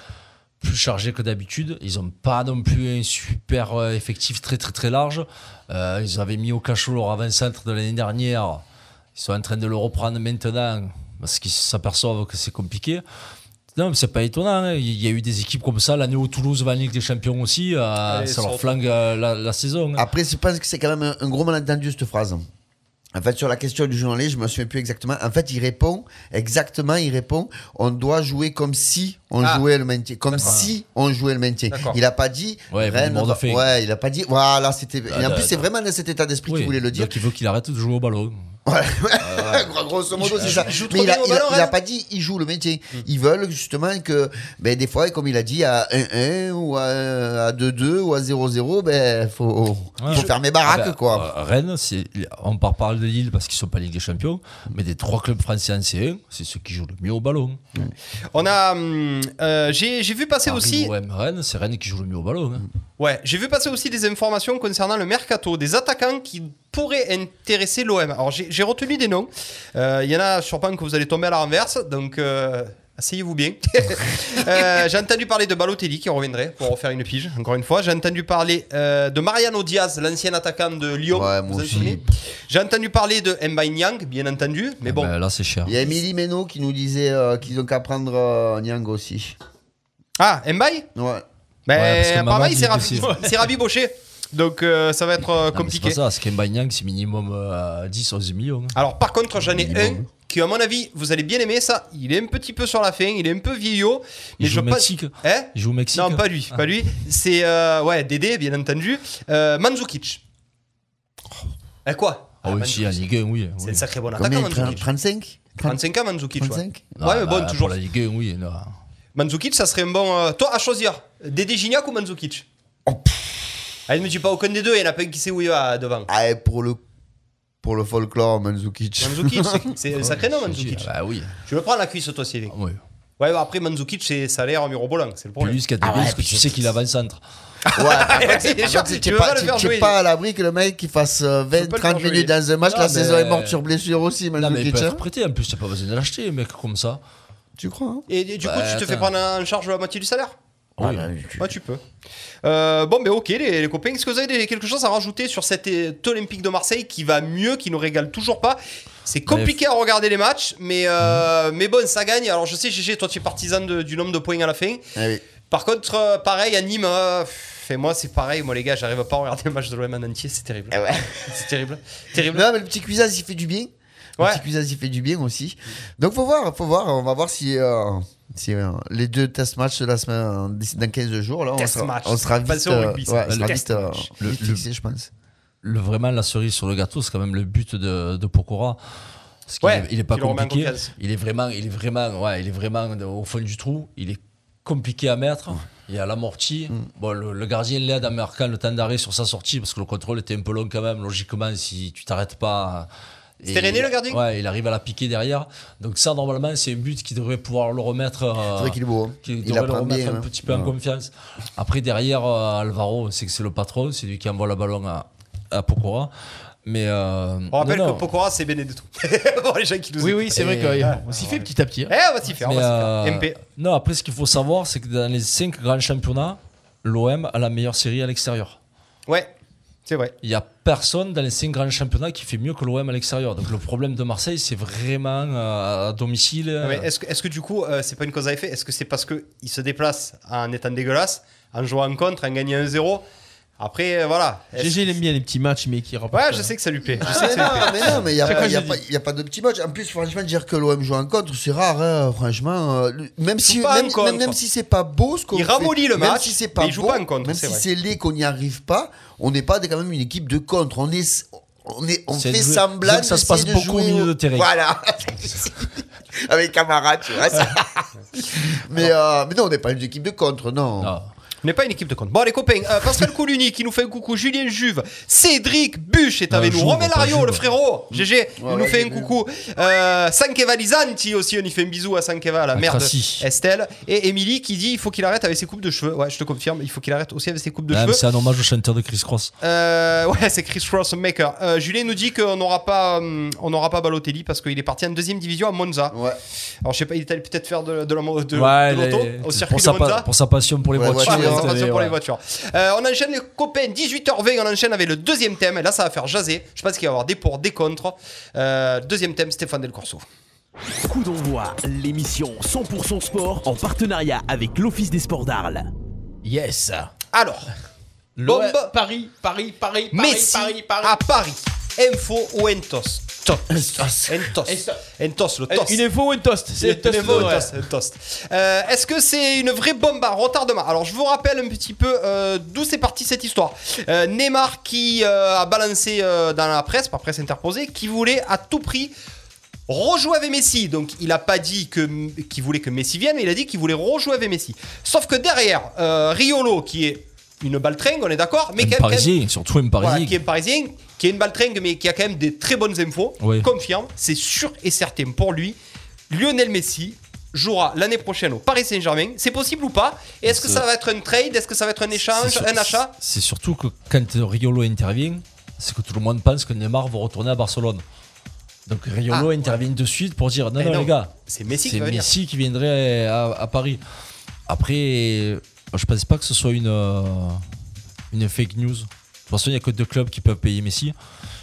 S8: plus chargé que d'habitude. Ils ont pas non plus un super euh, effectif très très très large. Euh, ils avaient mis au cachot leur avant-centre de l'année dernière. Ils sont en train de le reprendre maintenant parce qu'ils s'aperçoivent que c'est compliqué. Non, mais c'est pas étonnant. hein. Il y a eu des équipes comme ça. L'année où Toulouse va en Ligue des Champions aussi, euh, ça
S7: ça
S8: leur flingue euh, la, la saison. hein.
S6: Après, je pense que c'est quand même un, un gros malentendu, cette phrase. En fait, sur la question du journaliste, je me souviens plus exactement. En fait, il répond, exactement, il répond, on doit jouer comme si on
S7: Ah.
S6: jouait le maintien. Comme si on jouait le maintien.
S7: D'accord.
S6: Il a pas dit,
S8: Ouais,
S6: Rennes
S8: Bournemouth
S6: va-
S8: fait. Bah,
S6: ouais, il a pas dit, voilà, c'était, et en
S8: là,
S6: plus, c'est
S8: là.
S6: vraiment dans cet état d'esprit
S8: Oui,
S6: qu'il voulait le dire.
S8: Donc il veut qu'il arrête de jouer au ballon.
S6: Gros- Grosso modo, c'est
S7: il
S6: ça.
S7: joue trop
S6: Mais il
S7: bien
S6: a,
S7: au
S6: il a-
S7: ballon, hein. Hmm.
S6: il a
S7: Rennes.
S6: pas dit, il joue le métier. Ils veulent justement que, ben, des fois, comme il a dit, à 1-1 ou à à 2-2 ou à 0-0, ben, faut,
S8: Ouais.
S6: faut fermer baraque,
S7: ben,
S8: Ah bah,
S6: quoi.
S8: euh, Rennes, c'est- on part- parle de Lille parce qu'ils sont pas Ligue des Champions, mais des trois clubs français en C1, c'est ceux qui jouent le mieux au ballon.
S7: On a. hum, euh, J'ai j'ai vu passer
S8: Paris,
S7: aussi.
S8: OM, Rennes, c'est Rennes qui joue le mieux au ballon. hein.
S7: Ouais, j'ai vu passer aussi des informations concernant le mercato, des attaquants qui pourraient intéresser l'OM. Alors j'ai j'ai retenu des noms. Euh, Il y en a sur pan que vous allez tomber à la renverse, donc euh, asseyez-vous bien. Euh, j'ai entendu parler de Balotelli qui reviendrait pour refaire une pige, encore une fois. J'ai entendu parler euh, de Mariano Diaz, l'ancien attaquant de Lyon.
S6: Ouais,
S7: Vous
S6: moi
S7: vous en
S6: aussi.
S7: souvenez J'ai entendu parler de Mbaye Niang, bien entendu, mais bon.
S8: Ben, là, c'est cher.
S6: Il y a Émilie Meno qui nous disait euh, qu'ils ont qu'à prendre euh, Niang aussi.
S7: Ah, Mbaye
S6: Ouais.
S7: Ben,
S8: Ouais, parce que
S7: apparemment,
S8: Maman
S7: il s'est
S8: dit que
S7: rabi-
S8: c'est-
S7: il s'est rabiboché. Donc euh, ça va être euh,
S8: Non, mais C'est
S7: compliqué.
S8: pas ça, c'est qu'un Yang, c'est minimum euh, 10, 11 millions. hein.
S7: Alors par contre, j'en ai
S8: Minimum.
S7: un qui, à mon avis, vous allez bien aimer ça. Il est un petit peu sur la fin, il est un peu vieillot.
S8: Il
S7: Mais
S8: joue
S7: je
S8: au
S7: pense-
S8: Mexique.
S7: Hein
S8: Il joue au Mexique.
S7: Non, pas lui, pas lui. C'est euh, ouais, Dédé, bien entendu. Euh, Mandzukic. Eh quoi
S8: Ah oui,
S7: Mandzukic,
S8: si, en Ligue 1, oui.
S7: C'est
S8: oui.
S7: un sacré bon attaquant,
S6: Combien
S7: Mandzukic.
S6: 35
S7: 35 ans, Mandzukic. ouais.
S6: 35
S8: Non,
S7: Ouais, mais bon, toujours.
S8: là, Ah, bah, Pour la Ligue 1, oui. non.
S7: Mandzukic, ça serait un bon. euh, Toi, à choisir, Dédé Gignac ou Mandzukic
S8: Oh,
S7: Allez, ne me dis pas aucun des deux, il y en a pas un qui sait où il va devant.
S6: Ah, et pour le, pour le folklore, Mandzukic.
S7: Mandzukic, c'est- c'est un sacré nom, Mandzukic.
S8: Ah, bah oui.
S7: Tu le prends la cuisse, toi, Sylvain.
S8: Ah, oui.
S7: Ouais, bah après, Mandzukic, c'est- ça a l'air mirobolant, c'est le
S8: Puis
S7: problème.
S8: lui, ce qu'il y a de bien, c'est que tu sais qu'il avant-centre.
S6: Ouais, par contre,
S7: Il
S6: c'est-
S7: est
S6: par
S7: sûr,
S6: contre, c'est-
S7: tu
S6: t'es
S7: veux
S6: pas,
S7: pas le
S6: t'es-
S7: faire
S6: t'es
S7: jouer.
S6: pas à l'abri que le mec qui fasse euh,
S7: Tu peux pas le faire
S6: 20-30
S7: jouer.
S6: minutes dans un match,
S8: Non,
S6: la
S8: mais-
S6: saison est morte sur blessure aussi,
S8: Non, Ah, mais il
S6: Mandzukic.
S8: peut
S6: hein.
S8: être prêté. En plus, t'as pas besoin de l'acheter, un mec comme ça.
S6: Tu crois hein
S7: Et, et du coup,
S8: Bah,
S7: tu te fais
S8: attends.
S7: prendre en charge la moitié du salaire
S8: Ah, oui.
S7: Ouais, bah, tu peux. Euh, bon, mais ok, les, les copains. Est-ce que vous avez des- quelque chose à rajouter sur cet euh, Olympique de Marseille qui va mieux, qui nous régale toujours pas C'est compliqué à regarder les matchs, mais, euh, mais bon, ça gagne. Alors, je sais, GG, toi, tu es partisan de- du nombre de points à la fin.
S6: Ah oui.
S7: Par contre, euh, pareil, à Nîmes, euh, pff, et moi, c'est pareil. Moi, les gars, j'arrive pas à regarder le match de l'OM en entier. C'est terrible. c'est terrible. Terrible.
S6: Non, mais le petit cuisage, il fait du bien. Le
S7: Ouais.
S6: petit cuisage, il fait du bien aussi. Donc, faut voir, faut voir. On va voir si, euh, si euh, les deux test matchs de la semaine, d'ici- dans 15 jours, là, on
S7: Test
S6: sera,
S7: match.
S6: on sera
S7: C'est pas
S6: vite,
S7: ça au
S6: euh,
S7: rugby, ça
S6: ouais,
S7: s'appelle
S6: on sera
S7: test
S6: vite, euh,
S7: match.
S8: Le-
S6: vite
S8: le- Ah.
S6: fixé, je pense.
S8: Le- vraiment la cerise sur le gâteau, c'est quand même le but de, de Pokora. Parce qu'il
S7: Ouais,
S8: est- il est pas
S7: qu'il le remet en
S8: compliqué.
S7: confiance.
S8: Il est vraiment, il est vraiment, ouais, il est vraiment de- au fond du trou. Il est compliqué à mettre. Il y a l'amorti.
S7: Mm.
S8: Bon, le, le gardien l'aide en marquant le temps d'arrêt sur sa sortie parce que le contrôle était un peu long quand même. Logiquement, si tu t'arrêtes pas. et
S7: C'était René,
S8: il-
S7: le gardien
S8: Ouais, il arrive à la piquer derrière. Donc ça, normalement, c'est un but qui devrait pouvoir le remettre. euh,
S6: C'est vrai qu'il est beau. hein.
S8: qui
S6: Il
S8: devrait le
S6: apprend
S8: remettre
S6: bien.
S8: un
S6: hein.
S8: petit peu en
S6: Ouais.
S8: confiance. Après, derrière, euh, Alvaro, on sait que c'est le patron, c'est lui qui envoie le ballon à, à Pokora. Mais. euh,
S7: On rappelle
S8: non, non.
S7: que Pokora, c'est Benedetto. Pour les gens qui nous
S5: Oui,
S7: écoutent.
S5: oui, c'est vrai
S11: euh,
S5: qu'on s'y fait petit à petit. hein.
S7: Eh, on va s'y faire. on
S8: Mais,
S7: va s'y faire.
S8: euh,
S7: MP.
S8: Non, après, ce qu'il faut savoir, c'est que dans les cinq grands championnats, l'OM a la meilleure série à l'extérieur.
S5: euh,
S7: Ouais, c'est vrai.
S8: Il n'y a personne dans les cinq grands championnats qui fait mieux que l'OM à l'extérieur. Donc le problème de Marseille, c'est vraiment euh, à domicile.
S7: Non, Ah, mais est-ce que, est-ce que du coup, euh, c'est pas une cause à effet Est-ce que c'est parce qu'ils se déplacent en étant dégueulasse, en jouant en contre, en gagnant 1-0 Après, euh, voilà. Est-ce-
S5: GG, il aime bien les petits matchs, mais qui remporte.
S7: Ouais, je sais que ça lui plaît. Je sais
S6: Ah,
S7: que ça lui plaît.
S6: mais non, mais non, mais il n'y
S5: Chaque fois,
S6: a,
S5: je
S6: y a
S5: dis.
S6: pas- y a pas de petit match. En plus, franchement, dire que l'OM joue en contre, c'est rare, hein, franchement. euh, le- Même si,
S7: joue pas en
S6: même,
S7: contre.
S6: même- même si c'est pas beau ce qu'on
S7: Il
S6: fait,
S7: ramollit le
S6: même
S7: match,
S6: si c'est pas
S7: mais il joue
S6: beau,
S7: pas en contre,
S6: Même
S7: c'est
S6: si
S7: vrai.
S6: c'est laid qu'on n'y arrive pas, on n'est pas quand même une équipe de contre. On est. On, est, on
S8: C'est
S6: fait
S8: de jouer-
S6: semblant
S8: donc ça se
S6: d'essayer
S8: passe
S6: de
S8: beaucoup au
S6: jouer
S8: milieu de terrain.
S6: Voilà. Avec camarades, tu vois ça. mais, euh, mais non, on n'est pas une équipe de contre, non.
S8: Ah.
S7: On n'est pas une équipe de contre. Bon, les copains, euh, Pascal Couluni qui nous fait un coucou, Julien Juve, Cédric Buche est avec
S8: Euh,
S7: nous,
S8: Jouve,
S7: Romain
S8: pas
S7: Lario,
S8: Juve.
S7: le frérot, GG, il nous
S6: ouais,
S7: fait
S6: j'ai
S7: un
S6: vu.
S7: coucou. Euh, Sankeva Lisanti aussi, on y fait un bisou à Sankeva, la mère
S8: Tracy.
S7: de Estelle. Et Émilie qui dit il faut qu'il arrête avec ses coupes de cheveux. Ouais, je te confirme, il faut qu'il arrête aussi avec ses coupes de
S8: Ah, mais
S7: cheveux.
S8: c'est un hommage au chanteur de Chris Cross.
S7: Euh, ouais, c'est Chris Cross Maker. Euh, Julien nous dit qu'on n'aura pas, hum, on n'aura pas Balotelli parce qu'il est parti en deuxième division à Monza.
S6: Ouais.
S7: Alors je sais pas, il est allé peut-être faire de, de, la mo- de,
S8: Ouais,
S7: de l'auto
S8: les-
S7: au circuit
S8: pour,
S7: de
S8: sa,
S7: Monza.
S8: pa- pour sa passion pour les
S6: Ouais,
S8: voitures.
S7: Ouais,
S6: voiture,
S7: concentration
S8: ouais,
S7: pour les
S8: ouais.
S7: voitures. Euh, on enchaîne les copains 18h20, on enchaîne avec le deuxième thème. Et là, ça va faire jaser. Je pense qu'il va y avoir des pour, des contre. Euh, deuxième thème, Stéphane Del Corso.
S9: Coup d'envoi, l'émission 100% sport en partenariat avec l'Office des sports d'Arles.
S5: Yes.
S7: Alors,
S5: L'OM,
S7: Bombe.
S5: Paris, Paris, Paris, Paris,
S7: Messi Ah,
S5: Paris, Paris.
S7: à Paris. Info ou Entos Entos. Entos.
S5: Entos.
S7: Entos, le
S5: Eh,
S7: toast.
S5: Une info ou un toast C'est le toast.
S7: Une info ou
S5: de
S7: un
S5: Noël.
S7: toast, un toast. Euh, Est-ce que c'est une vraie bombe à retardement Alors, je vous rappelle un petit peu euh, d'où c'est parti cette histoire. Euh, Neymar qui euh, a balancé euh, dans la presse, par presse interposée, qui voulait à tout prix rejouer avec Messi. Donc, il n'a pas dit que- qu'il voulait que Messi vienne, mais il a dit qu'il voulait rejouer avec Messi. Sauf que derrière, euh, Riolo, qui est une baltringue, on est d'accord, mais
S8: Un
S7: quand même-
S8: Parisien, surtout un Parisien.
S7: voilà, qui est parisien, qui est une baltringue, mais qui a quand même des très bonnes infos.
S8: Oui.
S7: Confirme, c'est sûr et certain pour lui. Lionel Messi jouera l'année prochaine au Paris Saint-Germain. C'est possible ou pas Et est-ce que
S8: C'est-
S7: ça va être un trade Est-ce que ça va être un échange,
S8: C'est sur-
S7: un achat
S8: C'est surtout que quand Riolo intervient, c'est que tout le monde pense que Neymar va retourner à Barcelone. Donc Riolo
S7: Ah,
S8: intervient de suite pour dire non,
S7: Eh
S8: non,
S7: non,
S8: les gars,
S7: C'est Messi qui
S8: c'est
S7: va venir.
S8: Messi qui viendrait à, à Paris. Après, je pense pas que ce soit une, euh, une fake news. De toute façon, il n'y a que deux clubs qui peuvent payer Messi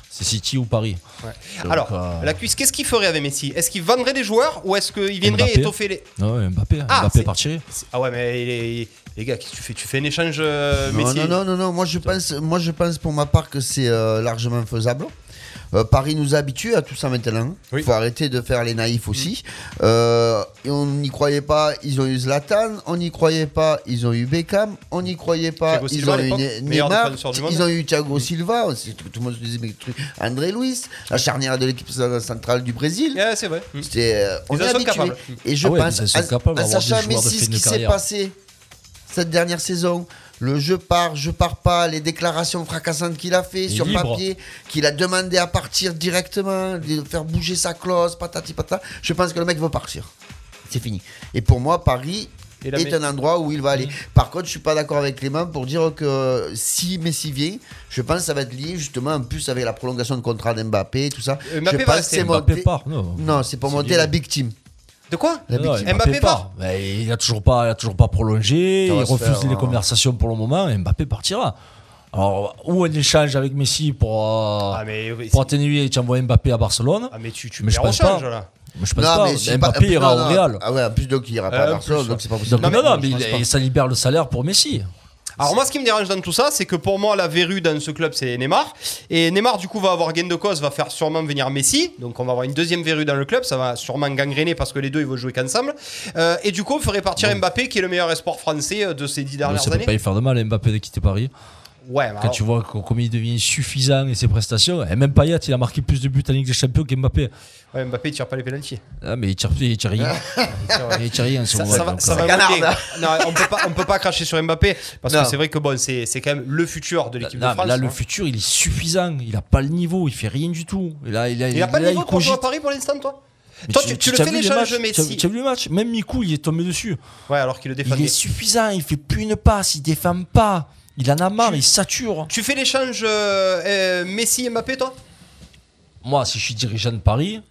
S8: c'est City ou Paris.
S7: Ouais.
S8: Donc,
S7: Alors,
S8: euh,
S7: la cuisse, qu'est-ce qu'il ferait avec Messi Est-ce qu'il vendrait des joueurs ou est-ce qu'il viendrait
S8: Mbappé.
S7: étoffer les.
S8: non, Mbappé,
S7: Ah,
S8: Mbappé
S7: c'est-
S8: partirait.
S7: C'est- Ah ouais, mais il est- Les gars, qu'est-ce que tu fais Tu fais un échange euh,
S6: Non,
S7: métier
S6: non, non, non, non, Moi, je pense, moi, je pense pour ma part que c'est euh, largement faisable. Euh, Paris nous a habitués à tout ça maintenant. Il
S7: Oui. Mm.
S6: faut arrêter de faire les naïfs aussi. Euh, et on n'y croyait pas, ils ont eu Zlatan. On n'y croyait pas, ils ont eu Beckham. On n'y croyait pas,
S7: Thiago
S6: ils
S7: Silva
S6: ont
S7: à
S6: eu
S7: l'époque,
S6: Ne-
S7: meilleur
S6: Neymar.
S7: défenseur du
S6: Ils
S7: monde.
S6: ont eu Thiago Silva. C'est- Tout le monde se disait, mais truc. André Luis, la charnière de l'équipe centrale du Brésil.
S7: Ouais, c'est vrai. Mm.
S6: C'était, euh, on
S7: Ils en
S6: est
S7: sont
S6: habitué.
S7: capables.
S6: Et je
S8: Ah ouais,
S6: pense
S8: ils en sont capables
S6: à, à
S8: d'avoir des
S6: Sacha
S8: joueurs de
S6: Messi,
S8: fin
S6: ce
S8: de
S6: qui s'est
S8: carrière.
S6: passé cette dernière saison. Le je pars, je pars pas, les déclarations fracassantes qu'il a fait sur
S8: libre.
S6: papier, qu'il a demandé à partir directement, de faire bouger sa clause, patati patata. Je pense que le mec veut partir. C'est fini. Et pour moi, Paris
S7: Et la Mm.
S6: est
S7: mé-
S6: un endroit où il va aller. Par contre, je suis pas d'accord avec Clément pour dire que si Messi vient, je pense que ça va être lié justement en plus avec la prolongation de contrat d'Mbappé et tout ça.
S7: Euh, Mbappé
S6: je
S7: va
S6: pense que
S7: rester.
S6: c'est
S8: Mbappé
S6: monté-
S8: part, non.
S6: Non, c'est pour
S8: C'est
S6: monter
S8: lié.
S6: la big team.
S7: De quoi
S8: Non, non,
S7: Mbappé part.
S8: Mais il n'a toujours pas, il a toujours pas prolongé.
S6: Ça va
S8: Il
S6: se
S8: refuse
S6: faire,
S8: les
S6: hein.
S8: conversations pour le moment. et Mbappé partira. Alors, ou un échange avec Messi pour, euh,
S7: Ah, mais, oui,
S8: pour
S7: c'est-
S8: atténuer et tu envoies Mbappé à Barcelone.
S7: ah, mais tu, tu
S8: Mais je
S7: perds au
S8: pense pas.
S7: change là.
S8: Mais je pense pas.
S6: c'est pas-
S8: Mbappé
S6: non,
S8: ira
S6: non.
S8: au Real.
S6: Ah ouais, en plus donc il ira pas à
S7: Euh, en
S6: Barcelone,
S7: plus,
S6: donc c'est pas possible.
S8: Donc, non,
S7: mais-
S8: non,
S7: non,
S8: mais
S6: je
S8: il-
S6: pense pas.
S8: et ça libère le salaire pour Messi.
S7: Alors moi ce qui me dérange dans tout ça c'est que pour moi la verrue dans ce club c'est Neymar et Neymar du coup va avoir gain de cause va faire sûrement venir Messi donc on va avoir une deuxième verrue dans le club ça va sûrement gangréner parce que les deux ils vont jouer qu'ensemble Euh, et du coup on ferait partir Mbappé qui est le meilleur espoir français euh, de ces dix
S8: Mais
S7: dernières
S8: ça peut
S7: années
S8: pas lui faire de mal à Mbappé de quitter Paris.
S7: ouais bah, mais
S8: Quand
S7: alors-
S8: tu vois co- comment il devient suffisant et ses prestations, et même Payet, il a marqué plus de buts en Ligue des Champions qu'Mbappé.
S7: ouais, Mbappé il tire pas les pénaltys
S8: Ah, mais il tire, il tire rien. il tire rien sur
S7: ça,
S8: le
S7: ça
S8: moment,
S7: va,
S8: donc,
S7: ça
S8: euh,
S7: va
S6: canarde,
S7: manquer.
S6: hein.
S7: Non, on peut pas on peut pas cracher sur Mbappé parce
S6: Non.
S7: que c'est vrai que bon c'est c'est quand même le futur de l'équipe de
S8: Bah, Non, mais
S7: France
S8: là, le
S7: hein.
S8: futur, il est suffisant. Il a pas le niveau. Il fait rien du tout. Et là, il a,
S7: il a pas
S8: là,
S7: le niveau
S8: il
S7: pour jouer à
S8: cogite.
S7: Paris pour l'instant toi
S8: Mais
S7: toi tu, tu le
S8: as
S7: fais
S8: vu
S7: l'échange
S8: matchs Tu as-
S7: Messi
S8: tu as vu le match Même Mikou, il est tombé dessus.
S7: ouais alors qu'il le
S8: Il est
S7: défendait
S8: suffisant. Il fait plus une passe. Il défend pas. Il en a marre.
S7: Tu-
S8: Il sature.
S7: tu fais l'échange euh, euh, Messi Mbappé toi
S8: Moi, si je suis dirigeant de Paris,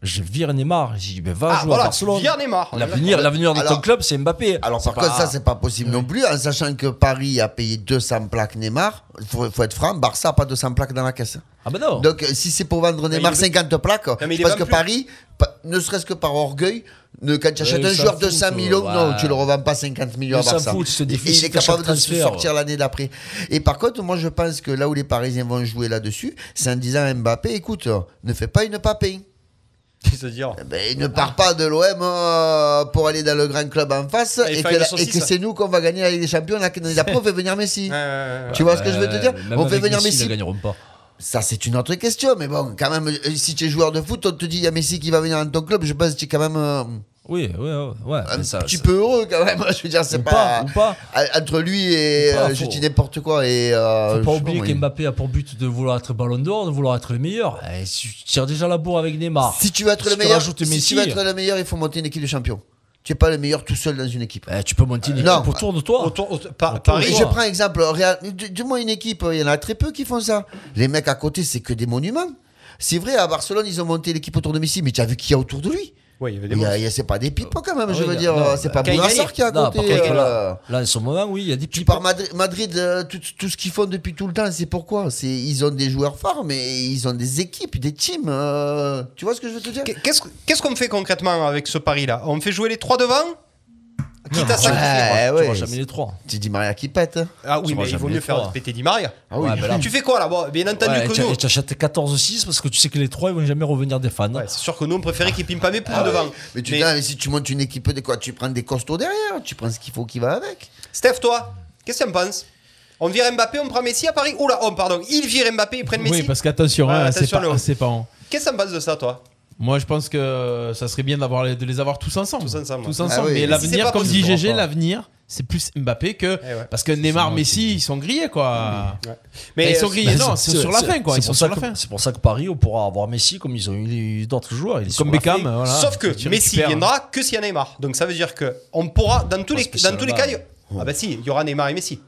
S8: je vire Neymar. Je dis, ben, va
S7: Ah,
S8: jouer à
S7: voilà, tu
S8: Barcelone.
S7: viens Neymar. on est
S8: L'avenir,
S7: d'accord.
S8: l'avenir de ton
S6: Alors-
S8: club, c'est Mbappé.
S6: Alors par
S8: C'est
S6: contre,
S8: pas-
S6: ça c'est pas possible non plus, en sachant que Paris a payé 200 plaques Neymar, faut, faut être franc, Barça a pas 200 plaques dans la caisse.
S8: Ah ben non.
S6: Donc euh, si c'est pour vendre Neymar
S7: il-
S6: 50 plaques,
S7: mais il
S6: parce
S7: les
S6: que
S7: vend plus.
S6: Paris, pa- ne serait-ce que par orgueil, ne, quand tu achètes
S8: Ouais,
S6: un
S8: ils s'en
S6: joueur de
S8: foutent,
S6: 100 millions,
S8: ouais.
S6: non, tu le revends pas 50 millions à
S8: Ils s'en
S6: Barça.
S8: foutent, ce
S6: Et il
S8: déficit
S6: est
S8: à chaque
S6: capable de se
S8: transfert.
S6: sortir l'année d'après. Et par contre, moi je pense que là où les Parisiens vont jouer là-dessus, c'est en disant à Mbappé, écoute, euh, ne fais pas une papée.
S7: C'est-à-dire.
S6: Ben, il ne part pas de l'OM euh, pour aller dans le grand club en face
S7: Et
S6: et,
S7: faire
S6: que,
S7: une
S6: la-
S7: saucisse.
S6: et que c'est nous qu'on va gagner la Ligue des Champions. La, après, on fait venir Messi.
S7: Euh,
S6: Tu vois ce que je veux te dire
S8: Euh, même
S6: On fait
S8: avec
S6: venir
S8: Ils
S6: Messi.
S8: ne gagneront pas.
S6: Ça, c'est une autre question. Mais bon, quand même, euh, si tu es joueur de foot, on te dit il y a Messi qui va venir dans ton club. Je pense que tu es quand même euh,
S8: Oui, oui, oui. Ouais,
S6: un
S8: mais ça,
S6: petit
S8: ça-
S6: peu heureux quand même. Je veux dire, c'est
S8: Ou
S6: pas.
S8: pas, ou pas.
S6: À- Entre lui et.
S8: Ou pas,
S6: euh, je
S8: faut-
S6: dis n'importe quoi. Et, euh,
S8: Faut
S6: je
S8: pas
S6: sais
S8: oublier
S6: moi, il-
S8: qu'Mbappé a pour but de vouloir être ballon d'or, de vouloir être le meilleur. Eh, si tu tires déjà la bourre avec Neymar.
S6: Si tu veux être
S8: Si
S6: le
S8: tu
S6: meilleur,
S8: rajoutes
S6: si
S8: Messi-
S6: tu veux être le meilleur, il faut monter une équipe de champion. Tu n'es pas le meilleur tout seul dans une équipe.
S8: eh, tu peux monter une
S6: Euh, non.
S8: équipe autour de toi.
S7: autour- autour- par-
S8: Autour-
S7: Paris,
S6: Et
S8: Ouais.
S6: je prends exemple, Real- du, du moins une équipe, il y en a très peu qui font ça. Les mecs à côté, c'est que des monuments. C'est vrai, à Barcelone, ils ont monté l'équipe autour de Messi, mais tu as vu qui y a autour de lui
S7: Ouais, il y avait des
S6: Il y a-
S7: monstres.
S6: il y a- C'est pas des pipes quand même,
S8: Ah
S6: je
S8: oui,
S6: veux
S8: non,
S6: dire.
S8: non,
S6: c'est
S8: bah,
S6: pas
S7: Kagaï.
S6: Bounassar qui est à
S8: Non,
S6: côté.
S8: par contre,
S6: euh,
S8: là, là, en ce moment, oui, il y a des
S6: Tu
S8: petits
S6: pars Madrid, Madrid, euh, tout, tout ce qu'ils font depuis tout le temps, c'est pourquoi C'est Ils ont des joueurs forts, mais ils ont des équipes, des teams. euh, tu vois ce que je veux te dire
S7: Qu'est- Qu'est-ce qu'est-ce qu'on fait concrètement avec ce pari-là On fait jouer les trois devant Quitte à
S8: mais
S7: ça.
S6: Ouais,
S8: Tu
S6: ouais.
S8: vois jamais les trois.
S6: Tu dis Maria qui pète. hein.
S7: Ah oui,
S8: Tu vois
S7: mais il vaut
S8: jamais
S7: mieux
S8: les
S7: faire
S8: trois.
S7: péter Di Maria.
S6: Ah oui,
S8: Ouais, bah là.
S7: Tu fais quoi là Bon, Bien entendu
S8: Ouais,
S7: que
S8: tu
S7: nous.
S8: et tu achètes 14-6 parce que tu sais que les trois, ils vont jamais revenir des fans.
S7: Ouais, c'est sûr que nous on préférait qu'ils piment pas mes poules devant.
S6: Mais tu
S7: Mais-
S6: dis, ah, mais si tu montes une équipe de quoi Tu prends des costauds derrière, tu prends ce qu'il faut qui va avec.
S7: Steph, toi, qu'est-ce que tu en penses On vire Mbappé, on prend Messi à Paris Oula, oh pardon, ils virent Mbappé, ils prennent
S11: Oui,
S7: Messi.
S11: parce qu'attention,
S7: Ouais,
S11: hein,
S7: attention,
S11: c'est pas,
S7: Léo.
S11: c'est pas en-
S7: Qu'est-ce que tu en penses de ça, toi
S11: Moi, je pense que ça serait bien d'avoir les- de les avoir tous ensemble.
S7: Tous ensemble,
S11: Tous
S7: ouais.
S11: ensemble.
S6: Ah
S11: Mais
S6: oui. Mais
S7: si c'est
S11: l'avenir,
S7: pas
S11: comme dit
S8: possible,
S11: GG,
S8: pourquoi pas.
S11: l'avenir, c'est plus Mbappé que.
S7: Eh ouais.
S11: Parce que Neymar,
S8: Sinon,
S11: Messi, ils sont grillés, quoi.
S7: Mais
S11: ils sont
S7: euh,
S11: grillés,
S8: Bah,
S11: non, c'est sur la fin, quoi.
S8: c'est
S11: Ils sont
S8: pour
S11: sur
S8: ça
S11: la
S8: que-
S11: fin.
S8: C'est pour ça que Paris, on pourra avoir Messi comme ils ont eu d'autres joueurs. Il est sur
S11: Comme
S8: la
S11: Beckham,
S8: fin.
S11: Bah voilà.
S7: Sauf que
S11: Tu
S7: Messi
S11: récupères. hein.
S7: viendra que s'il y a Neymar. Donc ça veut dire que on pourra dans tous
S11: Oh,
S8: Pas
S7: les dans tous les
S8: spécialement.
S7: cas. il y- Ah bah si, il y aura Neymar et Messi.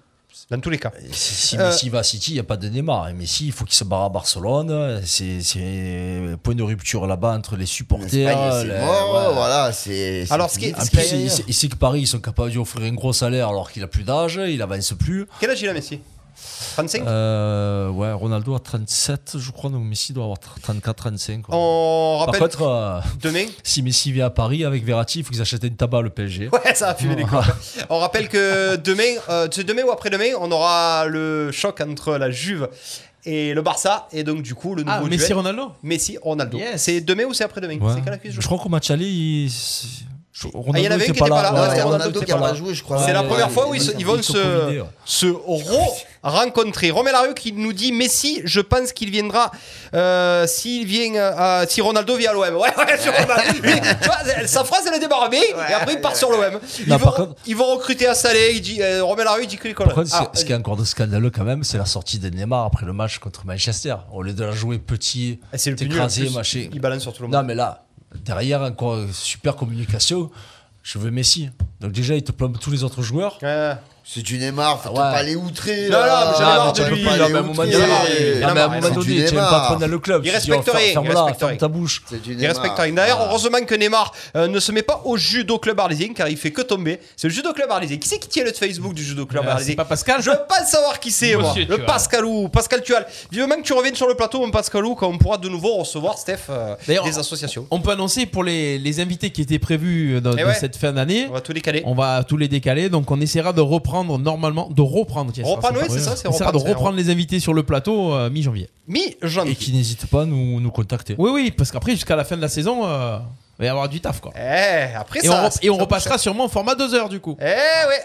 S7: Dans tous les cas.
S8: Et Si, si
S7: Euh,
S8: Messi va à City, il n'y a pas de Neymar. Et Messi, il faut qu'il se barre à Barcelone. C'est c'est point de rupture là-bas entre les supporters.
S6: Espagne,
S8: les-
S6: c'est mort,
S8: ouais.
S6: voilà, c'est. c'est
S7: oh Alors, ce
S6: fini.
S7: qui est-
S8: En
S7: ce
S8: plus,
S7: qu'il y a
S8: il,
S7: hier.
S8: sait- il sait que Paris, ils sont capables d'offrir un gros salaire alors qu'il a plus d'âge, il avance plus.
S7: Quel âge il a Messi 35
S8: Euh, Ouais, Ronaldo a 37, je crois, donc Messi doit avoir 34-35.
S7: On rappelle
S8: Par contre, euh,
S7: demain
S8: si Messi vient à Paris avec Verratti, il faut qu'ils achètent une tabac le
S11: euh,
S8: PSG.
S7: Ouais, ça va fumer les clopes. On rappelle que demain, euh, c'est demain ou après-demain, on aura le choc entre la Juve et le Barça. Et donc, du coup, le nouveau
S11: Ah, Messi,
S7: duel.
S11: Ronaldo
S7: Messi, Ronaldo. C'est demain ou c'est après-demain
S8: Ouais.
S7: C'est quand la cuisse joue
S8: Je crois qu'au match aller, il... je- Ronaldo
S7: Ah, il y en avait un qui
S8: était
S7: n'était pas là. Ouais,
S8: ouais. Ouais,
S7: c'est
S8: Ronaldo
S6: Ronaldo
S8: était
S6: qui a
S8: pas
S6: pas
S8: là.
S6: joué, je crois.
S7: C'est la
S6: Ouais,
S7: première
S6: ouais,
S7: fois où
S6: ouais.
S7: ils, se- ils
S8: Ils
S7: vont
S8: sont
S7: se,
S8: covidés, ouais.
S7: se re- rencontrer. Romain Larue qui nous dit Messi, je pense qu'il viendra euh, s'il vient, euh, si Ronaldo vient à l'OM. Ouais, ouais, sur Romain. Mais, tu vois, elle- sa phrase, elle est débarrassée et après il part sur l'OM. Ils,
S8: Non,
S7: vont-
S8: par contre-
S7: ils vont recruter à Salé. Il dit, euh, Romain Larue il dit que les
S8: Par
S7: conneries.
S8: contre,
S7: Ah,
S8: ce, ce qui est encore de scandaleux quand même, c'est la sortie de Neymar après le match contre Manchester. Au lieu de la jouer petit,
S7: euh, c'est le plus nul, en
S8: écrasé,
S7: plus.
S8: machin.
S7: Il balance sur tout le monde.
S8: Non, mais là, derrière, encore euh, super communication. Je veux Messi. Donc déjà, il te plombe tous les autres joueurs.
S7: Ouais.
S6: C'est du Neymar, faut
S8: Ouais.
S6: pas les outrer.
S7: Ah, Non, non,
S6: là.
S7: mais j'en ai
S6: Ah,
S7: marre
S6: t'as
S7: de lui,
S6: pas
S7: il
S6: les
S7: a
S8: Non, mais à un moment
S6: outrer.
S8: donné,
S7: Il a
S8: non, mais à un
S7: marre,
S8: moment
S6: c'est du
S8: donné, tu n'es
S6: Neymar.
S8: pas patronne le
S7: Il
S8: club. Tu dis, oh,
S7: respecte rien, il
S8: Ferme-la,
S7: respecte
S8: ferme
S7: rien.
S8: ta bouche.
S6: C'est du
S7: Il
S6: Neymar.
S7: respecte rien. D'ailleurs, heureusement que Neymar euh, ne se met pas au judo club arlésien car il fait que tomber. C'est le judo club arlésien. Qui c'est qui tient le Facebook du judo club
S11: Euh,
S7: arlésien
S11: C'est pas Pascal
S7: Bah, Je veux pas savoir qui c'est, moi.
S11: Monsieur
S7: Le
S11: Tual.
S7: Pascalou, Pascal Tual. Vivement que tu reviennes sur le plateau, mon Pascalou, quand on pourra de nouveau recevoir Steph euh,
S11: D'ailleurs,
S7: des associations.
S11: On peut annoncer pour les, les invités qui étaient prévus dans,
S7: Eh
S11: dans
S7: ouais.
S11: cette fin d'année.
S7: On va tout décaler.
S11: On va tous les décaler, donc on essaiera de reprendre normalement, de reprendre. tiens,
S7: Reprendre,
S11: ça,
S7: oui,
S11: pas-
S7: c'est ça, c'est
S11: On essaiera de
S7: reprendre, c'est-
S11: reprendre les invités sur le plateau euh, mi-janvier.
S7: Mi-janvier.
S8: Et qui n'hésite pas à nous, nous contacter.
S11: Oui, oui, parce qu'après, jusqu'à la fin de la saison, euh, il va y avoir du taf, quoi.
S7: Eh, après
S11: Et,
S7: ça.
S11: on, rep-
S7: ça
S11: et on
S7: bouge.
S11: repassera sûrement en format 2 heures, du coup.
S7: Eh ouais,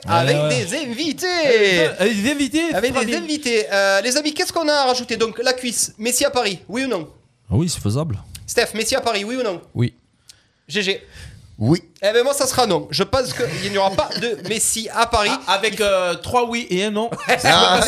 S7: avec
S8: ouais.
S7: des invités.
S11: Euh, Les invités,
S7: Eh. Avec
S11: Fabi.
S7: des invités. Euh, les amis, qu'est-ce qu'on a à rajouter Donc, la cuisse, Messi à Paris, oui ou non
S8: Ah oui, c'est faisable.
S7: Steph, Messi à Paris, oui ou non
S11: Oui.
S7: GG.
S6: Oui.
S7: Eh ben moi, ça sera non. Je pense qu'il n'y aura pas de Messi à Paris.
S11: Ah, avec 3 oui et un non.
S6: Ah,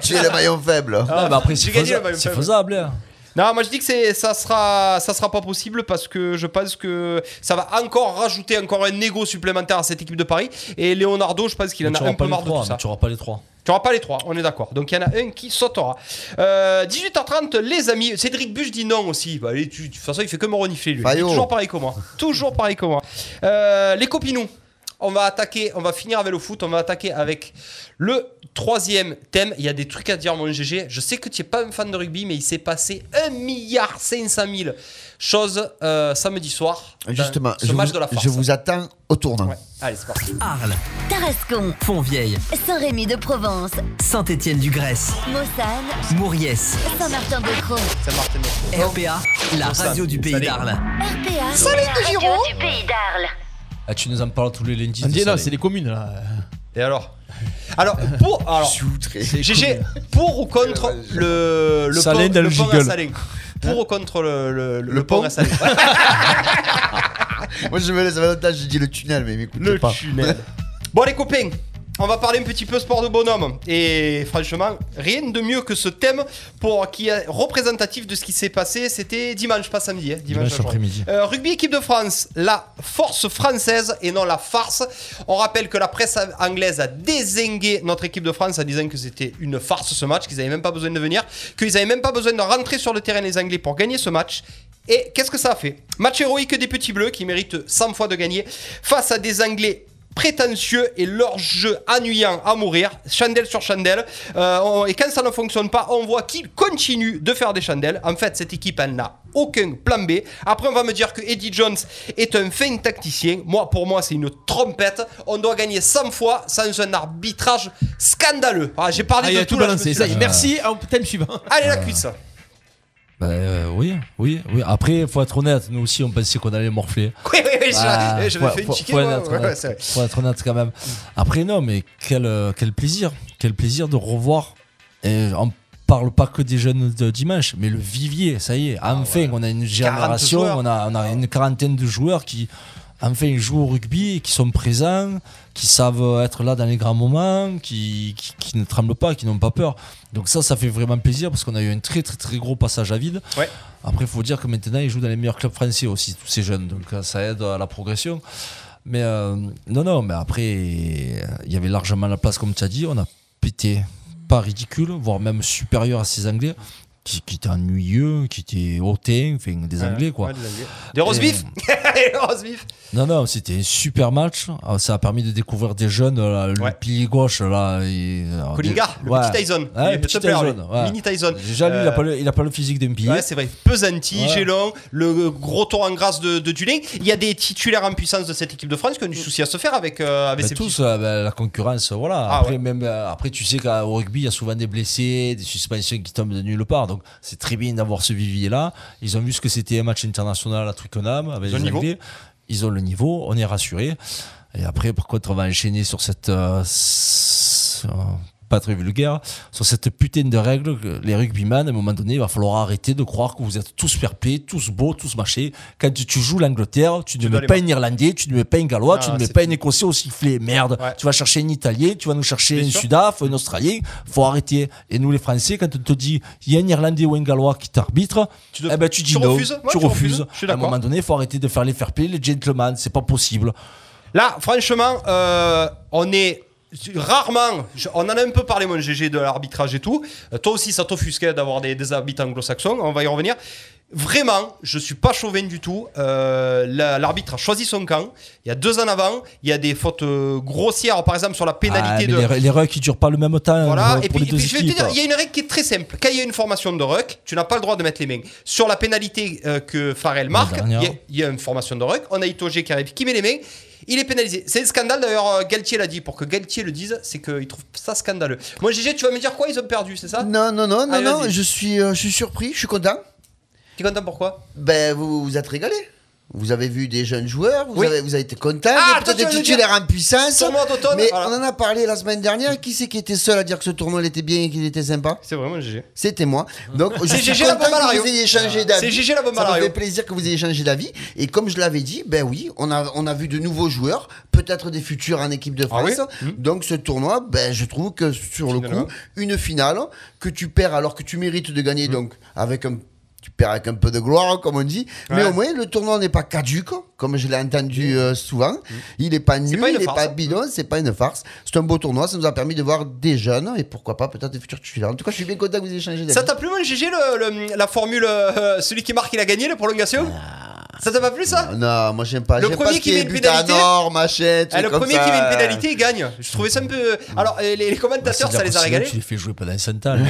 S6: tu es le maillon faible.
S8: Ah, mais après, c'est
S7: j'ai gagné la
S8: faisable.
S7: Bayern
S8: C'est
S7: Fable.
S8: faisable, hein.
S7: Non, moi je dis que c'est ça sera ça sera pas possible parce que je pense que ça va encore rajouter encore un ego supplémentaire à cette équipe de Paris et Leonardo, je pense qu'il en
S8: Mais tu
S7: a un
S8: auras
S7: peu
S8: pas les
S7: marre de
S8: trois,
S7: tout ça.
S8: mais Tu auras pas les trois.
S7: Tu n'auras pas les trois, on est d'accord. Donc il y en a un qui sautera. Euh, 18h30, les amis. Cédric Buche dit non aussi. Bah, allez, tu- de toute façon, il fait que me renifler lui. Il est
S6: Fayot.
S7: toujours pareil que moi. Toujours pareil que moi. Euh, les copinous. On va attaquer, on va finir avec le foot, on va attaquer avec le troisième thème. Il y a des trucs à dire, mon GG. Je sais que tu n'es pas un fan de rugby, mais il s'est passé 1 milliard 500 000 choses euh, samedi soir. dans
S6: Justement,
S7: ce
S6: je
S7: match
S6: vous-
S7: de la farce.
S6: je vous attends au tournant.
S7: Ouais. Allez, c'est parti.
S12: Arles,
S13: Tarascon,
S12: Fontvieille,
S13: Saint-Rémy de Provence,
S12: Saint-Étienne-du-Grèce,
S13: Mossane,
S12: Mauriès,
S13: Saint-Martin-de-Croix,
S7: C'est Martin.
S12: RPA, la radio du pays d'Arles.
S13: RPA, Salut la radio du pays d'Arles.
S8: Ah, tu nous en parles tous les lundis.
S11: On dit,
S8: c'est
S11: non,
S8: ça,
S11: c'est
S8: les-
S11: les communes, là.
S7: Et alors Alors, pour. Alors,
S6: Je suis outré.
S7: GG, pour ou contre le, le,
S8: Salé
S7: pont,
S8: dans
S7: le
S8: le
S7: pont à
S8: giggle.
S7: Salé Pour ou contre le, le, le pont,
S6: pont
S7: à Salé
S6: Moi, je me laisse à l'autre j'ai dit le tunnel, mais m'écoutez
S7: Le
S6: pas.
S7: tunnel. Bon, les copains, on va parler un petit peu sport de bonhomme. Et franchement, rien de mieux que ce thème pour, qui est représentatif de ce qui s'est passé. C'était dimanche, pas samedi. hein, dimanche
S8: Dimanche après-midi.
S7: Euh, rugby équipe de France, la force française et non la farce. On rappelle que la presse anglaise a désingué notre équipe de France en disant que c'était une farce ce match, qu'ils n'avaient même pas besoin de venir, qu'ils n'avaient même pas besoin de rentrer sur le terrain les Anglais pour gagner ce match. Et qu'est-ce que ça a fait Match héroïque des petits bleus qui méritent 100 fois de gagner face à des Anglais prétentieux et leur jeu ennuyant à mourir, chandelle sur chandelle. Euh, on- et quand ça ne fonctionne pas, on voit qu'ils continuent de faire des chandelles. En fait, cette équipe, elle n'a aucun plan B. Après, on va me dire que Eddie Jones est un fin tacticien. Moi, pour moi, c'est une trompette. On doit gagner 100 fois sans un arbitrage scandaleux. Ah, j'ai parlé
S11: Ah, il
S7: de
S11: a
S7: tout,
S11: tout
S7: là, je
S11: balancé.
S7: me suis
S11: Ça y est,
S7: lâché.
S11: Merci, ah, thème suivant.
S7: Allez, la cuisse.
S8: Bah, euh, oui, oui, oui. Après, faut être honnête. Nous aussi, on pensait qu'on allait morfler.
S7: Oui, oui, oui, je-
S8: Ah,
S7: je, me
S8: faut-
S7: fais une
S8: faut-
S7: chiquée,
S8: faut
S7: moi.
S8: être
S7: Ouais,
S8: honnête.
S7: ouais, c'est vrai.
S8: Faut être honnête quand même. Après, non, mais quel, euh, quel plaisir. Quel plaisir de revoir. Et on parle pas que des jeunes de dimanche, mais le vivier, ça y est. Enfin, on a une génération,
S7: Ah joueurs.
S8: on a, on a une quarantaine de joueurs qui, enfin, jouent au rugby, et qui sont présents, qui savent être là dans les grands moments, qui, qui, qui ne tremblent pas, qui n'ont pas peur. Donc ça, ça fait vraiment plaisir parce qu'on a eu un très très très gros passage à vide.
S7: Ouais.
S8: Après, il faut dire que maintenant, ils jouent dans les meilleurs clubs français aussi, tous ces jeunes. Donc euh, ça aide à la progression. Mais euh, non, non, mais après, euh, il y avait largement la place, comme tu as dit. On a pété, pas ridicule, voire même supérieur à ces Anglais. qui, qui étaient ennuyeux, qui étaient hautain, enfin, des
S7: Ouais,
S8: Anglais, quoi.
S7: ouais, des Anglais. Des rose
S8: Et-
S7: beef Des rose beef
S8: Non, non, c'était un super match. Ah, Ça a permis de découvrir des jeunes, euh, là, le pilier gauche, là. il- alors,
S7: Collinga,
S8: des-
S7: le
S8: ouais.
S7: petit Tyson. Il
S8: Ouais, le
S7: est
S8: petit
S7: top player,
S8: Tyson.
S7: lui.
S8: ouais.
S7: Mini Tyson.
S8: Déjà, lui, il
S7: Euh,
S8: a pas le- il a pas le physique d'un Ben, pilier.
S7: Ouais, c'est vrai. Pesanti,
S8: Ouais.
S7: Gélon, le gros tour en grâce de, de Dulin. Il y a des titulaires en puissance de cette équipe de France qui ont du souci à se faire avec, euh, avec
S8: Bah,
S7: ces
S8: tous,
S7: petits.
S8: euh, bah, la concurrence, euh, voilà.
S7: Ah,
S8: après, même, euh, après, tu sais qu'au rugby, il y a souvent des blessés, des suspensions qui tombent de nulle part. Donc, c'est très bien d'avoir ce vivier-là. Ils ont vu ce que c'était un match international à Twickenham avec
S7: Ils ont le
S8: les
S7: niveau.
S8: Anglais. Ils ont le niveau, on est rassuré. Et après, par contre, on va enchaîner sur cette. euh, s- euh, pas très vulgaire, sur cette putain de règle, que les rugbyman, à un moment donné, il va falloir arrêter de croire que vous êtes tous perpés, tous beaux, tous machés. Quand tu, tu joues l'Angleterre, tu ne
S7: dois
S8: mets
S7: les
S8: pas un
S7: mettre.
S8: Irlandais, tu ne mets pas un Gallois,
S7: Ah,
S8: tu ne mets
S7: c'est
S8: pas un Écossais au sifflet. Merde, tu vas chercher un Italien, tu vas nous chercher
S7: Bien
S8: un
S7: sûr.
S8: Sudaf, un Australien. Faut arrêter. Et nous, les Français, quand on te dit il y a un Irlandais ou un Gallois qui t'arbitre, tu, eh ben, tu dis
S7: tu
S8: non,
S7: refuses. Ouais, tu
S8: tu
S7: refuses.
S8: refuses.
S7: Je suis
S8: À un
S7: d'accord.
S8: moment donné, faut arrêter de faire les fair play, les gentlemen, c'est pas possible.
S7: Là, franchement, euh, on est rarement. je- on en a un peu parlé, mon GG, de l'arbitrage et tout. Euh, toi aussi, ça t'offusquait d'avoir des, des arbitres anglo-saxons. On va y revenir. Vraiment, je suis pas chauvin du tout. Euh, la- L'arbitre a choisi son camp. Il y a deux ans avant, il y a des fautes euh, grossières, par exemple sur la
S8: Ah,
S7: pénalité
S8: mais
S7: de.
S8: les, les rucks, ils durent pas le même temps.
S7: Voilà,
S8: euh,
S7: et puis,
S8: pour les
S7: et
S8: deux
S7: puis je vais te
S8: équipes.
S7: dire, il y a une règle qui est très simple. Quand il y a une formation de ruck, tu n'as pas le droit de mettre les mains. Sur la pénalité euh, que Farrell marque, il y,
S8: dernière.
S7: a- il y a une formation de ruck, on a Itoge qui arrive, qui met les mains, il est pénalisé. C'est un scandale d'ailleurs, euh, Galtier l'a dit, pour que Galtier le dise, c'est qu'il trouve ça scandaleux. Moi GG, tu vas me dire quoi, ils ont perdu, c'est ça
S6: Non, non, non, non,
S7: Allez,
S6: non,
S7: vas-y.
S6: je suis, euh, je suis surpris, je suis content.
S7: T'es content pourquoi
S6: Ben, vous vous êtes régalé. Vous avez vu des jeunes joueurs, vous,
S7: Oui.
S6: avez, vous avez été content,
S7: Ah,
S6: il y a
S7: toi,
S6: peut-être
S7: tu
S6: des
S7: vas nous
S6: titulaires
S7: dire.
S6: en puissance.
S7: Tournoi d'automne,
S6: Mais
S7: voilà.
S6: on en a parlé la semaine dernière. Qui c'est qui était seul à dire que ce tournoi il était bien et qu'il était sympa
S7: C'est vraiment GG.
S6: C'était moi. Donc je
S7: C'est
S6: suis
S7: GG la
S6: content
S7: bombe à
S6: que
S7: Lario.
S6: vous ayez changé d'avis.
S7: C'est GG la bombe à
S6: Ça me
S7: Lario.
S6: fait plaisir que vous ayez changé d'avis. Et comme je l'avais dit, ben oui, on a, on a vu de nouveaux joueurs, peut-être des futurs en équipe de
S7: Ah
S6: France. Donc ce tournoi, ben je trouve que sur le
S7: Finalement.
S6: coup, une finale que tu perds alors que tu mérites de gagner,
S7: Mmh.
S6: donc avec un tu perds avec un peu de gloire, comme on dit. Mais
S7: Ouais. Mmh.
S6: au moins, le tournoi n'est pas caduque, comme je l'ai entendu euh, souvent. Il n'est pas nul,
S7: pas une
S6: il n'est
S7: farce.
S6: pas bidon, c'est pas une farce. C'est un beau tournoi, ça nous a permis de voir des jeunes et pourquoi pas peut-être des futurs titulaires. En tout cas, je suis bien content que vous ayez changé d'avis.
S7: Ça t'a plu, mon GG, le- le- la formule euh, celui qui marque, il a gagné, la prolongation
S8: Ah.
S7: Ça t'a pas plu ça
S6: Non, moi j'aime pas.
S7: Le
S6: J'aime
S7: premier
S6: pas ce
S7: qui
S6: est
S7: met une
S6: but
S7: pénalité-
S6: à Nord, machin,
S7: Ah,
S6: trucs
S7: le
S6: comme
S7: premier
S6: ça.
S7: qui met une pénalité, il gagne. Je trouvais ça un peu. Alors, euh, les, les commentateurs,
S8: Bah, C'est-à-dire
S7: ça les a
S8: que sinon,
S7: régalés.
S8: Tu les fais jouer pendant 100 ans. là.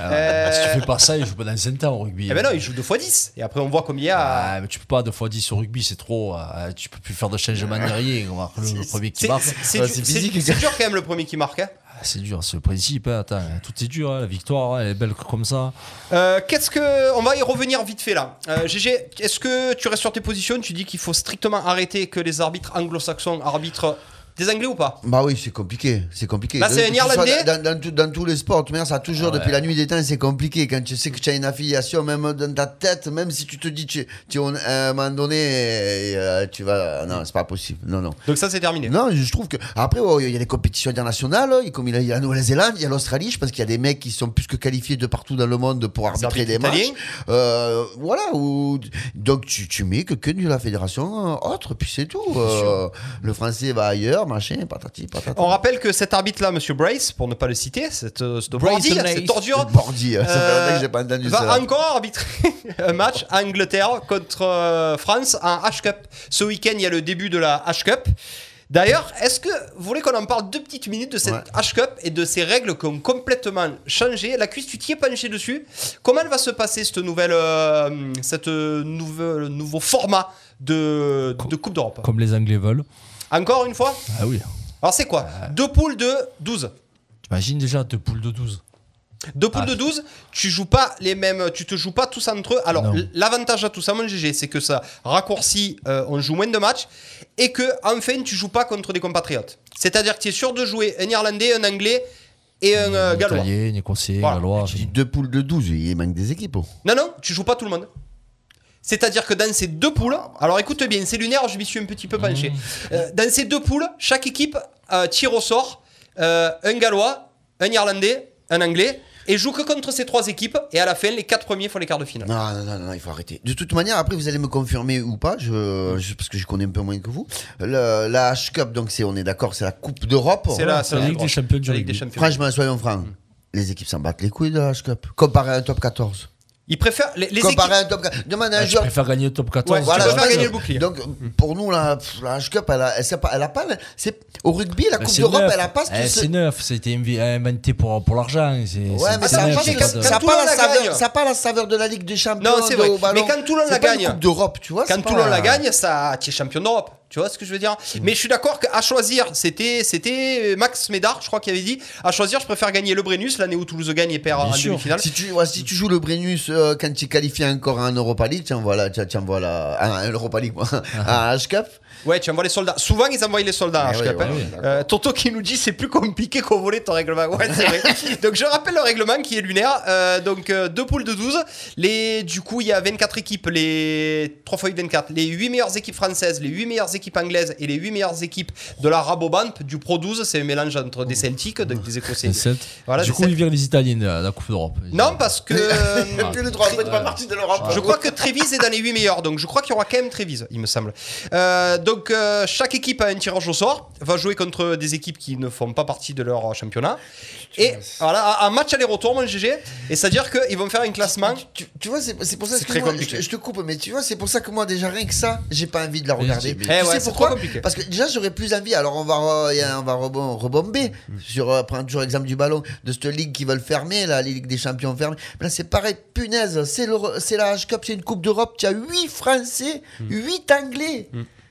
S8: Euh, Si tu fais pas ça, ils jouent pendant 100 ans au rugby.
S7: Eh ben non, ils jouent 2 fois 10. Et après, on voit combien il y a.
S8: Ah, mais tu peux pas deux fois 10 au rugby, c'est trop. euh, tu peux plus faire de changement ni rien. on va- Le, le premier qui
S7: C'est
S8: marque.
S7: c'est-
S8: Ouais,
S7: c'est du- c'est- c'est dur quand même le premier qui marque. hein.
S8: Ah, C'est dur, c'est le principe. hein, attends, hein, tout est dur. hein, la victoire, hein, elle est belle comme ça.
S7: Euh, Qu'est-ce que. On va y revenir vite fait là. Euh, GG, est-ce que tu restes sur tes positions Tu dis qu'il faut strictement arrêter que les arbitres anglo-saxons arbitrent des Anglais ou pas
S6: Bah oui, c'est compliqué, c'est compliqué.
S7: Là, Bah, c'est
S6: Que
S7: un
S6: ce soit
S7: Irlandais
S6: Dans, dans tout- dans tous les sports, de toute manière, ça a toujours,
S8: Ah ouais.
S6: depuis la nuit des temps, c'est compliqué. Quand tu sais que tu as une affiliation, même dans ta tête, même si tu te dis, tu, tu, on- à un moment donné, euh, tu vas. Non, c'est pas possible. Non, non.
S7: Donc ça, c'est terminé.
S6: Non, je je trouve que. Après, ouais, il y a des compétitions internationales, hein, comme il y a- il y a la Nouvelle-Zélande, il y a l'Australie. Je pense qu'il y a des mecs qui sont plus que qualifiés de partout dans le monde pour arbitrer
S7: arbitres
S6: des matchs.
S7: italiens.
S6: Euh, voilà. Où... Donc, tu, tu mets que, que de la fédération euh, autre, puis c'est tout. Euh, le français va ailleurs, machin, patati, patata.
S7: On rappelle que cet arbitre-là, Monsieur Brace, pour ne pas le citer, cette, euh, cette
S6: Brace
S7: bordille,
S6: and
S7: cette
S6: Ace.
S7: tordure,
S6: Cette bordille, ça fait longtemps que j'ai pas entendu
S7: Euh, va
S6: ça.
S7: encore arbitrer un match Angleterre contre euh, France en H-Cup. Ce week-end, il y a le début de la H-Cup. D'ailleurs, est-ce que vous voulez qu'on en parle deux petites minutes de cette H-Cup et de ces règles qui ont complètement changé La cuisse, tu t'y es penché dessus. Comment elle va se passer, cette nouvelle, euh, cette nouvelle, nouveau format de, de Coupe d'Europe
S8: Comme les Anglais veulent.
S7: Encore une fois
S8: Ah oui.
S7: alors c'est quoi Deux poules de 12.
S8: T'imagines déjà deux poules de 12.
S7: Deux poules
S8: Ah.
S7: de 12, tu joues pas les mêmes, tu te joues pas tous entre eux. Alors
S8: Non.
S7: l- l'avantage à tout ça, mon GG, c'est que ça raccourcit, euh, on joue moins de matchs et que enfin tu joues pas contre des compatriotes. C'est-à-dire que tu es sûr de jouer un Irlandais, un Anglais et un euh, Gallois.
S8: Italien, Écossais,
S7: Voilà.
S8: Gallois.
S6: Tu dis deux poules de 12, il manque des équipes. oh.
S7: Non non, tu joues pas tout le monde. C'est-à-dire que dans ces deux poules, alors écoute bien, c'est lunaire, je m'y suis un petit peu
S8: Mmh.
S7: penché. Euh, dans ces deux poules, chaque équipe euh, tire au sort euh, un Gallois, un Irlandais, un Anglais, et joue que contre ces trois équipes, et à la fin, les quatre premiers font les quarts de finale.
S6: Non, non, non, non, il faut arrêter. De toute manière, après, vous allez me confirmer ou pas,
S7: Mm.
S6: je, je- parce que je connais un peu moins que vous. Le- la H-Cup, donc, c'est, on est d'accord, c'est la Coupe d'Europe.
S7: C'est la- Mm. c'est la
S8: Ligue des Champions du
S7: La Ligue des
S8: rugby.
S7: Champions.
S6: Franchement, soyons francs. les équipes s'en battent les couilles de la H-Cup. Comparé à un top 14.
S7: Ils préfèrent. Les, les
S6: Comparé à un
S7: équipes- Ah,
S6: top 14. Demande à un
S7: Ouais, tu
S6: joueur.
S7: préfères gagner le top 14, tu
S6: voilà,
S7: préfères
S6: je-
S7: gagner le bouclier. Mm.
S6: Donc, pour nous, la, pff, la H-Cup, elle a, elle, sait pas- elle a pas. la- c'est- Au rugby, la
S8: Mais
S6: Coupe
S8: c'est
S6: d'Europe,
S8: neuf.
S6: elle a pas ce que
S8: Eh,
S6: ce-
S8: C'est neuf, c'était invi- euh, inventé pour, pour l'argent.
S6: Ouais, mais ça n'a pas, ça a pas la saveur- ça a pas la saveur de la Ligue des Champions.
S7: Non, c'est
S6: de-
S7: vrai.
S6: au ballon.
S7: Mais quand Toulon
S6: C'est
S7: la
S6: pas une
S7: gagne.
S6: Coupe d'Europe, tu vois.
S7: Quand
S6: c'est pas-
S7: Toulon la gagne, ça, tu es champion d'Europe. Tu vois ce que je veux dire Mais je suis d'accord qu'à choisir, c'était, c'était Max Médard, je crois, qui avait dit à choisir, je préfère gagner le Brennus l'année où Toulouse gagne et perd en demi-finale.
S6: Si tu, ouais, si tu joues le Brennus euh, quand tu es qualifié encore en Europa League, tiens voilà, tiens, tiens voilà, en Europa League, moi, en H-Cup.
S7: Ouais, tu envoies les soldats. Souvent, ils envoient les soldats. hein,
S6: Eh
S7: je
S6: oui,
S7: capte,
S6: ouais,
S7: hein.
S6: oui,
S7: Euh, Tonto qui nous dit c'est plus compliqué qu'au volet ton règlement. Ouais, c'est vrai. donc, je rappelle le règlement qui est lunaire. Euh, donc, euh, deux poules de 12. Les, du coup, il y a 24 équipes, les 3 fois 8, 24. Les 8 meilleures équipes françaises, les 8 meilleures équipes anglaises et les 8 meilleures équipes de la Rabobank. Du Pro 12, c'est un mélange entre
S6: Oh.
S7: des Celtics, donc des Écossais. Voilà,
S8: du
S7: des
S8: coup, ils virent les Italiens de la Coupe d'Europe.
S7: non, parce que. euh,
S8: Plus
S6: le droit de pas partie de l'Europe.
S7: Je crois que Trévise est dans les 8 meilleurs, donc je crois qu'il y aura quand même Trévise, il me semble. Euh, donc euh, chaque équipe a un tirage au sort, va jouer contre des équipes qui ne font pas partie de leur euh, championnat. Et voilà, un- un match aller-retour, mon GG. Et c'est-à-dire qu'ils vont faire un classement.
S6: Tu, tu vois, c'est c'est pour ça
S7: C'est
S6: excuse-moi,
S7: très compliqué.
S6: Je, je te coupe, mais tu vois, c'est pour ça que moi, déjà, rien que ça, j'ai pas envie de la regarder.
S7: Mais
S6: Tu
S7: je dis, mais- Eh ouais,
S6: sais
S7: c'est
S6: pourquoi
S7: trop compliqué.
S6: Parce que déjà, j'aurais plus envie. Alors, on va, re- y a- on va rebom- rebomber
S7: Mm,
S6: sur, euh, prendre toujours l'exemple du ballon, de cette ligue qui veulent fermer, là, les ligues des champions fermées. Mais là, c'est pareil, punaise, c'est l'Euro- c'est la H-Cup, c'est une Coupe d'Europe, tu as 8 Français,
S7: Mm.
S6: 8 Anglais.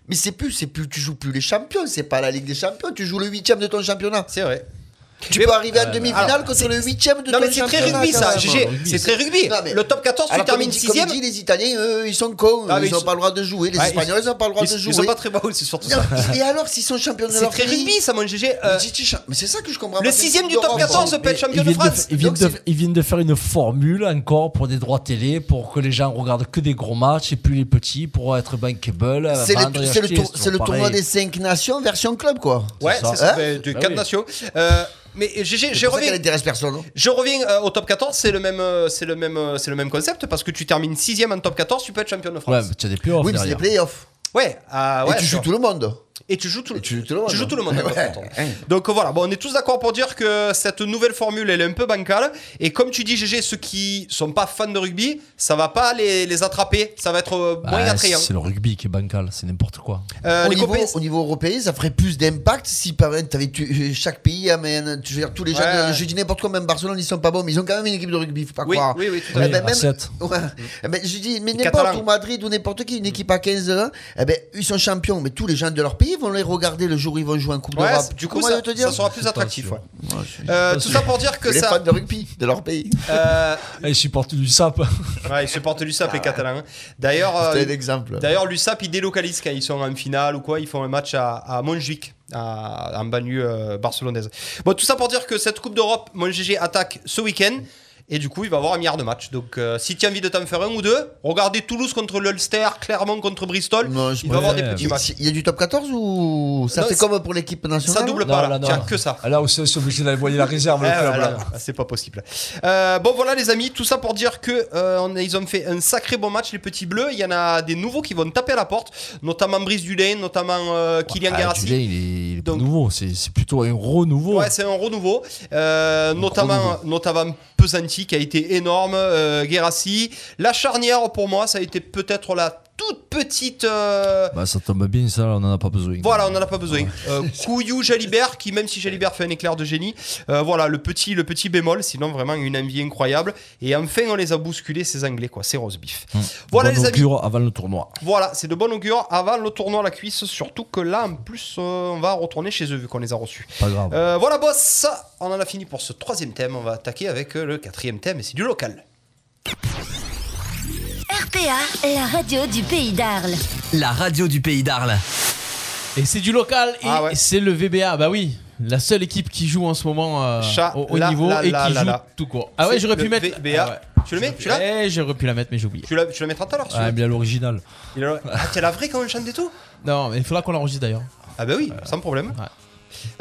S6: Mais c'est plus, c'est plus, tu joues plus les champions, c'est pas la Ligue des champions, tu joues le huitième de ton championnat.
S7: C'est vrai.
S6: Tu
S7: Mais
S6: peux
S7: bon,
S6: arriver en
S7: euh,
S6: demi-finale
S7: alors,
S6: contre le huitième de
S7: Non,
S6: ton
S7: mais c'est très
S6: championnat,
S7: rugby,
S6: quand
S7: ça,
S6: même.
S7: GG. C'est très rugby.
S6: Non, mais-
S7: Le top 14, tu
S6: alors,
S7: termines
S6: comme il dit-
S7: 6
S6: comme il dit, les Italiens, eux, ils sont cons.
S7: Ah, mais
S6: ils
S7: ils
S6: n'ont
S7: sont-
S6: pas le droit de jouer. Les
S7: Ouais,
S6: Espagnols, ils n'ont pas le droit de jouer.
S7: Ils sont pas très bons, c'est surtout ça.
S6: Non, Et alors, s'ils sont champions de
S7: C'est
S6: leur
S7: très
S6: pays
S7: rugby, ça, mon GG. Euh,
S6: Mais si tu cha- Mais c'est ça que je comprends
S7: le
S6: pas, c'est
S7: sixième
S6: une
S7: du
S6: Coupe
S7: top
S6: d'Europe,
S7: 14
S6: bon.
S7: peut être champion
S8: Ils
S7: de
S8: viennent de,
S7: France.
S8: ils, viennent
S7: Donc,
S8: de,
S7: c'est-
S8: ils viennent de faire une formule encore pour des droits télé, pour que les gens regardent que des gros matchs et plus les petits pour être bankable.
S7: euh,
S6: C'est
S5: Bah,
S6: le,
S8: vendre et
S6: c'est le
S8: acheter,
S6: tour- c'est le
S8: toujours
S6: tournoi
S8: pareil.
S6: des 5 nations version club, quoi.
S7: Ouais, c'est ça,
S6: Hein
S7: mais de
S6: Bah
S7: quatre
S6: oui.
S7: nations. Euh, mais GG,
S6: C'est
S7: je
S6: pour ça
S7: reviens.
S6: qu'elle intéresse personne. hein.
S7: Je reviens euh, au top 14, c'est le même, euh, c'est le même, euh, c'est le même concept parce que tu termines sixième en top 14, tu peux être champion de
S8: Ouais,
S7: France.
S8: mais tu as des playoffs.
S6: Oui, mais c'est les
S8: derrière.
S6: playoffs.
S7: Ouais, ah ouais.
S6: Et tu joues
S7: sûr.
S6: tout le monde.
S7: Et tu joues tout le, tu
S6: tout le monde.
S7: joues tout le monde. en
S6: Ouais. Hein.
S7: top 14. Donc euh, voilà, bon, on est tous d'accord pour dire que cette nouvelle formule, elle est un peu bancale. Et comme tu dis, GG, ceux qui sont pas fans de rugby, ça va pas les, les attraper. Ça va être euh,
S8: Bah,
S7: moins attrayant.
S8: c'est le rugby qui est bancal, c'est n'importe quoi.
S7: Euh,
S6: au,
S7: les
S6: niveau,
S7: copains-
S6: au niveau européen, ça ferait plus d'impact si par exemple, t'avais tu- euh, chaque pays amène. Tu veux dire, tous les gens,
S7: Ouais.
S6: de- je dis n'importe quoi, même Barcelone, ils sont pas bons, mais ils ont quand même une équipe de rugby, faut pas
S7: Oui,
S6: croire.
S7: oui, oui, tout à
S6: Eh
S7: fait.
S6: ben,
S8: À
S6: même-
S8: sept.
S6: Ouais. Eh ben, je dis, mais
S7: Les
S6: n'importe
S7: Catalans.
S6: où, Madrid ou n'importe qui, une équipe à 15 ans, eh ben, ils sont champions, mais tous les gens de leur pays vont les regarder le jour où ils vont jouer en Coupe
S7: Ouais,
S6: d'Europe.
S7: c'est- du coup,
S6: Comment je
S7: ça,
S6: vais te
S7: ça
S6: dire
S7: sera plus attractif.
S8: sûr.
S7: ouais. Euh, tout ça pour dire que
S6: les
S7: ça.
S6: fans de rugby de leur pays.
S7: euh,
S8: Eh, Ils supportent du sap.
S7: Ouais, ils supportent l'USAP, les Catalans. hein. D'ailleurs,
S6: C'était
S7: euh,
S6: un exemple.
S7: d'ailleurs, l'USAP, ils délocalisent quand ils sont en finale ou quoi. Ils font un match à, à Montjuic, à, en banlieue euh, barcelonaise. Bon, tout ça pour dire que cette Coupe d'Europe, MonGG attaque ce week-end. Et du coup, il va avoir un milliard de matchs. Donc, euh, si tu as envie de t'en faire un ou deux, regardez Toulouse contre l'Ulster, Clermont contre Bristol.
S6: Non, je
S7: il va avoir des
S8: Ouais.
S7: petits
S6: Il
S7: matchs.
S6: il y a du top 14 ou ça
S7: Non,
S6: fait
S7: c'est-
S6: comme pour l'équipe nationale
S7: Ça double
S8: Non,
S7: pas là.
S8: là, non.
S7: Tiens, que ça.
S8: Ah, Là aussi, c'est obligé d'aller voyer la réserve, le
S7: Eh,
S8: club.
S7: voilà,
S8: Oh là.
S7: c'est pas possible. Euh, bon voilà les amis, tout ça pour dire que euh, on a- ils ont fait un sacré bon match les petits bleus. Il y en a des nouveaux qui vont taper à la porte, notamment Brice Dulain, notamment euh, Kylian
S8: Ah,
S7: Guérassi.
S8: Dulé, il est, il est pas
S7: Donc-
S8: nouveau, c'est c'est plutôt un renouveau.
S7: Ouais, c'est un renouveau, Euh, notamment, notamment Pesanti qui a été énorme, euh, Guérassi. La charnière pour moi, ça a été peut-être la toute petite. euh,
S8: Bah, ça tombe bien, ça, on en a pas besoin.
S7: Voilà, on en a pas besoin. Euh, Couillou Jalibert, qui même si Jalibert fait un éclair de génie, euh, voilà le petit, le petit bémol, sinon vraiment une envie incroyable. Et enfin, on les a bousculés ces Anglais quoi, ces rose beef. Voilà
S8: Bon
S7: les amis.
S8: augure avant le tournoi.
S7: Voilà, c'est de bon augure avant le tournoi à la cuisse, surtout que là en plus euh, on va retourner chez eux vu qu'on les a reçus.
S8: Pas grave.
S7: Euh, voilà boss, on en a fini pour ce troisième thème, on va attaquer avec euh, le quatrième thème et c'est du local.
S13: RPA, la radio du pays d'Arles.
S12: La radio du pays d'Arles.
S11: Et c'est du local et
S7: Ah ouais.
S11: c'est le VBA. Bah oui, la seule équipe qui joue en ce moment euh,
S7: Chat,
S11: au, au
S7: là,
S11: niveau
S7: là,
S11: et qui
S7: là, là,
S11: joue
S7: là.
S11: tout court. Ah ouais,
S7: C'est
S11: j'aurais
S7: le
S11: pu mettre.
S7: VBA.
S11: Ah ouais.
S7: Tu le mets, tu l'as
S11: Eh, j'aurais pu la mettre, mais j'ai oublié.
S7: Tu la, tu la mettras tout à l'heure
S8: Ah,
S7: celui-là
S8: bien l'original.
S7: Il est là- Ah, t'es la vraie quand on chante et tout
S11: Non, mais il faudra qu'on l'enregistre d'ailleurs.
S7: Ah bah oui, sans problème.
S11: Ouais.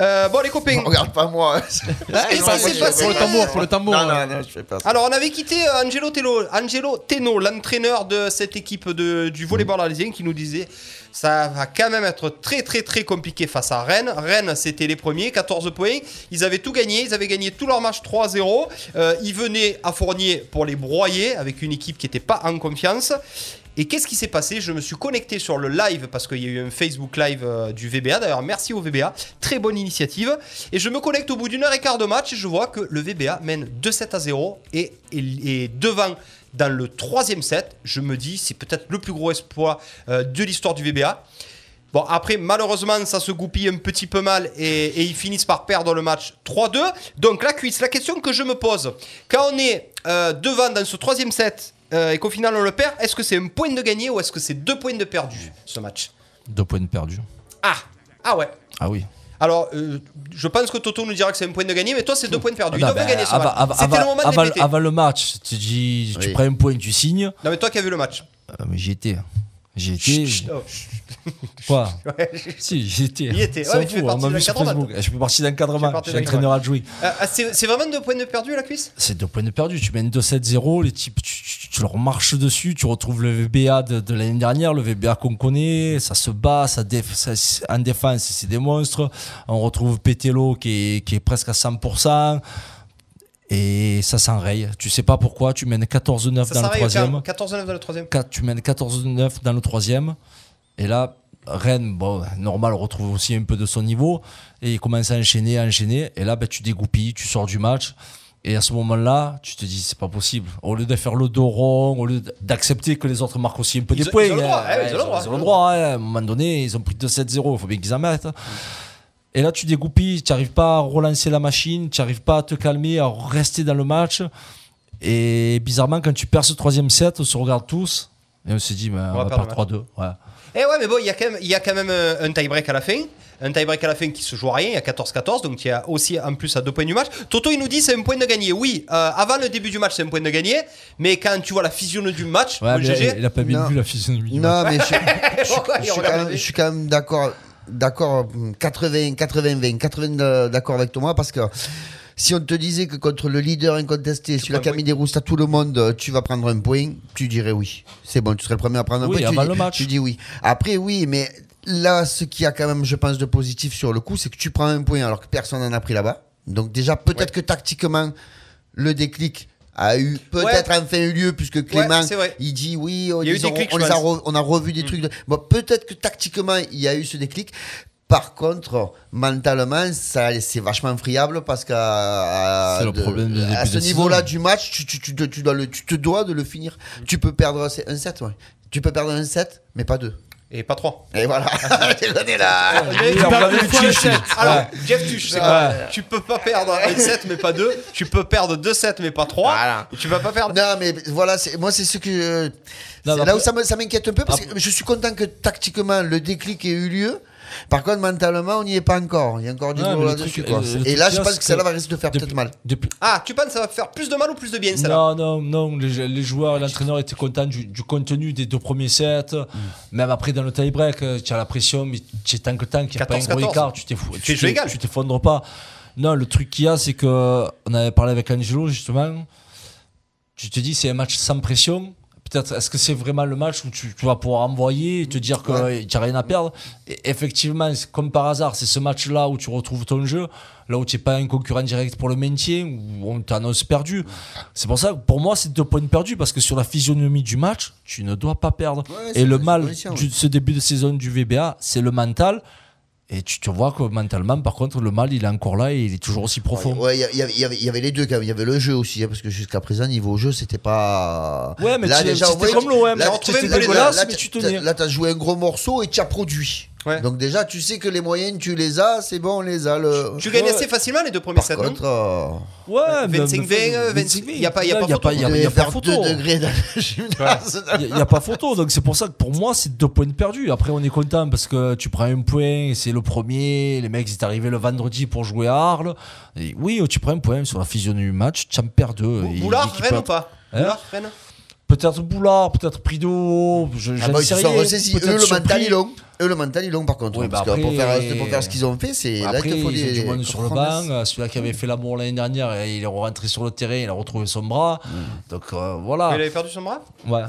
S7: Euh, bon, les copains.
S6: Regarde pas moi.
S7: Qu'est-ce qui s'est passé
S11: Pour le tambour, pour le tambour.
S6: Non, non, non, je fais pas ça.
S7: Alors, on avait quitté euh, Angelo Teno, Angelo Teno, l'entraîneur de cette équipe de, du volleyball alésien, qui nous disait ça va quand même être très très très compliqué face à Rennes. Rennes, c'était les premiers, 14 points. Ils avaient tout gagné, ils avaient gagné tous leurs matchs 3-0. Euh, ils venaient à Fournier pour les broyer avec une équipe qui n'était pas en confiance. Et qu'est-ce qui s'est passé Je me suis connecté sur le live parce qu'il y a eu un Facebook live euh, du VBA. D'ailleurs, merci au VBA. Très bonne initiative. Et je me connecte au bout d'une heure et quart de match et je vois que le VBA mène 2-7 à 0 et est devant dans le troisième set. Je me dis, c'est peut-être le plus gros exploit euh, de l'histoire du VBA. Bon, après, malheureusement, ça se goupille un petit peu mal et, et ils finissent par perdre le match 3-2. Donc, la cuisse, la question que je me pose, quand on est euh, devant dans ce troisième set euh, et qu'au final on le perd, est-ce que c'est un point de gagné ou est-ce que c'est deux points de perdu, ce match
S8: Deux points de perdu.
S7: Ah Ah ouais
S8: Ah oui.
S7: alors, euh, je pense que Toto nous dira que c'est un point de gagné, mais toi, c'est deux points de perdu. Ils
S8: Non,
S7: doivent
S8: ben,
S7: gagner ce
S8: avant-
S7: match.
S8: avant-
S7: C'était le
S8: avant-
S7: moment de
S8: avant-
S7: les péter.
S8: avant le match, tu, dis, tu
S7: Oui.
S8: prends un point, tu signes.
S7: Non, mais toi qui as vu le match.
S8: Ah, mais j'y étais. J'y étais.
S7: Oh.
S8: Quoi
S7: Ouais.
S8: Si, j'y étais. hein.
S7: Il y était.
S8: S'en
S7: Ouais, mais tu
S8: fout,
S7: fais
S8: on
S7: partie
S8: m'a
S7: de
S8: vu sur
S7: l'encadrement,
S8: Facebook.
S7: toi.
S8: Je fais partie d'encadrement.
S7: partie
S8: Je
S7: de
S8: suis entraîneur adjoint.
S7: Ah, ah, c'est c'est vraiment deux points de perdu, la cuisse
S8: C'est deux points de perdu. Tu mènes 2-7-0, les types, tu, tu- tu leur marches dessus, tu retrouves le VBA de, de l'année dernière, le VBA qu'on connaît, ça se bat, ça déf- ça- en défense, c'est des monstres. On retrouve Pételo qui est, qui est presque à 100%. Et ça s'enraye. Tu sais pas pourquoi, tu mènes 14-9
S7: Ça
S8: dans le
S7: s'arrête quand
S8: troisième.
S7: même. 14-9 dans le troisième.
S8: Quatre- tu mènes 14-9 dans le troisième. Et là, Rennes, bon, normal, retrouve aussi un peu de son niveau. Et il commence à enchaîner, à enchaîner. Et là, ben, tu dégoupilles, tu sors du match. Et à ce moment-là, tu te dis, c'est pas possible. Au lieu de faire le dos rond, au lieu d'accepter que les autres marquent aussi un peu
S7: Ils
S8: des
S7: ont-
S8: points,
S7: ils ont le droit, ouais, ils
S8: hein,
S7: ont
S8: ouais,
S7: le droit.
S8: ils ont le droit. hein. À un moment donné, ils ont pris 2-7-0, il faut bien qu'ils en mettent. Et là, tu dégoupilles, tu n'arrives pas à relancer la machine, tu n'arrives pas à te calmer, à rester dans le match. Et bizarrement, quand tu perds ce troisième set, on se regarde tous et on se dit, mais on,
S7: va
S8: va
S7: perdre
S8: perdre 3-2. Ouais.
S7: Eh ouais, mais bon, il y a quand même, il y a quand même euh, un tie-break à la fin. Un tie-break à la fin qui se joue à rien, il y a 14-14, donc il y a aussi en plus à deux points du match. Toto, il nous dit c'est un point de gagné. Oui, euh, avant le début du match, c'est un point de gagné, mais quand tu vois la physionomie du match,
S8: Ouais,
S7: mon
S8: mais
S7: GG,
S8: il a pas bien
S6: Non.
S8: vu la physionomie. du
S6: Non,
S8: match.
S6: mais je, je-
S7: Pourquoi il
S6: je suis
S7: regarde
S6: quand
S7: la
S6: même, je
S7: vie
S6: suis quand même d'accord, d'accord, 80, 80, 20, 80 de- d'accord avec Thomas parce que si on te disait que contre le leader incontesté, celui-là qui a mis des roustes à tout le monde, tu vas prendre un point, tu dirais oui. C'est bon, tu serais le premier à prendre un
S8: Oui,
S6: point. Tu
S8: avant
S6: dis,
S8: le match.
S6: tu dis oui. Après, oui, mais là, ce qu'il y a quand même, je pense, de positif sur le coup, c'est que tu prends un point alors que personne n'en a pris là-bas. Donc, déjà, peut-être que tactiquement, le déclic a eu peut-être enfin eu lieu puisque Clément
S7: c'est vrai.
S6: il dit oui on,
S7: Il y a eu
S6: les
S7: des
S6: a-
S7: clics,
S6: on
S7: je
S6: les a
S7: pense. Mm.
S6: re- on a revu des trucs. de- Bon, peut-être que tactiquement, il y a eu ce déclic. Par contre, mentalement, ça, c'est vachement friable parce qu'à
S8: C'est le
S6: de-
S8: problème du
S6: à ce
S8: début de hein. saison.
S6: niveau-là du match, tu, tu- tu dois- tu dois le- tu te dois de le finir.
S7: Mm.
S6: Tu peux perdre c'est un set, ouais. Tu peux perdre un set, mais pas deux.
S7: Et pas trois.
S6: Et voilà. Tu connais là.
S7: Jeff-
S8: on va
S7: Jeff-
S8: faire une
S7: Jeff-
S8: chute.
S7: Alors,
S8: Ouais.
S7: Jeff Tuch, c'est quoi Tu peux pas perdre un 7 mais pas 2. Tu peux perdre 2 7 mais pas 3. Tu vas pas perdre.
S6: Non, mais voilà, c'est- moi, c'est ce que. euh,
S8: Non,
S6: c'est
S8: mais Ah.
S6: là où
S8: après-
S6: ça me- ça m'inquiète un peu parce que je suis content que tactiquement le déclic ait eu lieu. Par contre, mentalement, on n'y est pas encore. Il y a encore du
S8: Ouais, mais
S6: boulot
S8: le
S6: là-dessus.
S8: truc,
S6: quoi.
S8: euh, le
S6: Et
S8: truc
S6: là, je
S8: là,
S6: pense
S8: c'est
S6: que celle-là
S8: que
S6: va risque de faire
S8: depuis-
S6: peut-être mal.
S8: depuis-
S7: Ah, tu penses que ça va faire plus de mal ou plus de bien celle-là
S8: Non, non, non, les, les joueurs et l'entraîneur étaient contents du, du contenu des deux premiers sets.
S7: Mm.
S8: Même après, dans le tie-break, euh, tu as la pression, mais tu es tant que tant qu'il n'y a pas un gros
S7: 14-14.
S8: écart, tu t'es fou-
S7: Tu fais
S8: tu
S7: jouer
S8: t'es-
S7: égal.
S8: tu t'effondres pas. Non, le truc qu'il y a, c'est que euh, on avait parlé avec Angelo, justement. Tu te dis, c'est un match sans pression. Peut-être, est-ce que c'est vraiment le match où tu, tu vas pouvoir envoyer et te dire que
S6: Ouais.
S8: euh, tu n'as rien à perdre Et Effectivement, c'est comme par hasard, c'est ce match-là où tu retrouves ton jeu, là où tu n'es pas un concurrent direct pour le maintien, où on t'annonce perdu. C'est pour ça, que pour moi, c'est deux points perdus, parce que sur la physionomie du match, tu ne dois pas perdre.
S6: Ouais, c'est-
S8: et le
S6: c'est
S8: mal
S6: conscient,
S8: du-
S6: ouais.
S8: ce début de saison du VBA, c'est le mental. Et tu te vois que mentalement, par contre, le mal, il est encore là et il est toujours aussi profond.
S6: Ouais, il y, a- il y avait- il y avait- il y avait les deux quand même. Il y avait le jeu aussi, hein, parce que jusqu'à présent, niveau jeu, c'était pas.
S8: Ouais, mais
S6: là,
S8: tu-
S6: déjà, au
S8: c'était
S6: moins,
S8: comme
S6: tu-
S8: l'OM,
S6: là,
S8: on
S6: tu-
S8: trouvait
S6: tu-
S8: un peu
S6: là,
S8: dégueulasse,
S6: là,
S8: mais
S6: tu-
S8: tu tenais.
S6: Là, t'as joué un gros morceau et tu as produit.
S7: Ouais.
S6: Donc, déjà, tu sais que les moyennes, tu les as, c'est bon, on les a. Le...
S7: Tu gagnes
S8: Ouais.
S7: assez facilement les deux premiers
S6: Par
S7: sets, non
S6: contre. euh,
S8: Ouais, mais-
S7: 25,
S8: mais-
S7: 20, 25, y a pas- y a
S8: Là,
S7: pas
S8: y a
S7: photo,
S8: pas, y a-
S6: vous
S8: y a
S6: devez
S8: pas
S6: faire
S8: photo.
S6: 2 degrés dans le gymnase.
S8: Il n'y a, pas photo, donc c'est pour ça que pour moi, c'est deux points de perdu. Après, on est content parce que tu prends un point, c'est le premier. Les mecs, ils sont arrivés le vendredi pour jouer à Arles. Et oui, oh, tu prends un point sur la physionomie du match, tu en perds deux. Et
S7: Boulard,
S8: l'équipe
S7: Rennes
S8: a-
S7: ou pas
S8: Hein
S7: Boulard, Rennes
S8: Peut-être Boulard, peut-être Prideau, je
S6: Ah
S8: j'en
S6: bah, ils
S8: sais
S6: se sont
S8: rien.
S6: ressaisis. Eux,
S8: Peut-être
S6: le mental,
S8: Surpris.
S6: ils l'ont. Eux, le mental, ils l'ont par contre.
S8: Oui,
S6: parce
S8: bah
S6: que pour,
S8: après-
S6: faire, pour faire ce qu'ils ont fait, c'est. là,
S8: Après,
S6: il te faut
S8: ils ont
S6: des-
S8: du monde sur le
S6: promesses.
S8: banc. Celui-là qui avait fait l'amour l'année dernière, et il est rentré sur le terrain, il a retrouvé son bras.
S6: Mm.
S8: Donc euh, voilà.
S7: Mais il avait perdu son bras
S8: Ouais.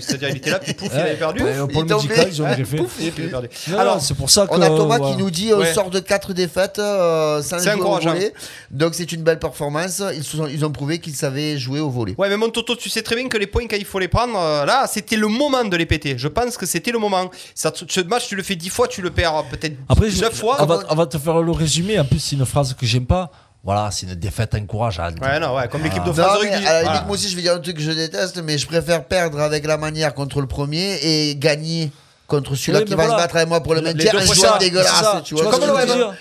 S7: C'est-à-dire, il était là, puis pouf, il
S8: Ouais.
S7: avait perdu.
S8: Ouais, au pôle Il est musical, tombé. ils ont
S7: Ouais,
S8: griffé.
S7: pouf, il avait perdu.
S6: Non,
S7: Alors,
S6: non,
S8: c'est pour ça
S6: On a
S8: que,
S6: Thomas
S8: ouais.
S6: qui nous dit on
S7: Ouais.
S6: sort de 4 défaites euh, sans
S7: C'est
S6: jouer au
S7: encourageant.
S6: volet. Donc c'est une belle performance. Ils, se sont- ils ont prouvé qu'ils savaient jouer au volet.
S7: Ouais, mais mon Toto, tu sais très bien que les points, quand il faut les prendre, euh, là, c'était le moment de les péter. Je pense que c'était le moment. Ça, te- ce match, tu le fais 10 fois, tu le perds euh, peut-être
S8: Après,
S7: 9
S8: je- Ah, bah,
S7: fois.
S8: on, va, on va te faire le résumé. En plus, c'est une phrase que j'aime pas. Voilà, c'est une défaite encourageante.
S7: Ouais, non, ouais, comme l'équipe
S8: Ah.
S7: de
S6: Non,
S7: France de
S6: mais euh,
S7: rugby.
S6: à la limite,
S7: Voilà.
S6: moi aussi, je vais dire un truc que je déteste, mais je préfère perdre avec la manière contre le premier et gagner contre celui-là
S8: Oui,
S6: qui
S8: mais
S6: va
S8: voilà.
S6: se battre avec moi pour le
S8: Les
S6: maintien.
S8: deux
S6: Un
S8: prochains,
S6: joueur
S8: c'est ça.
S6: dégueulasse, tu vois.
S8: ce que je veux dire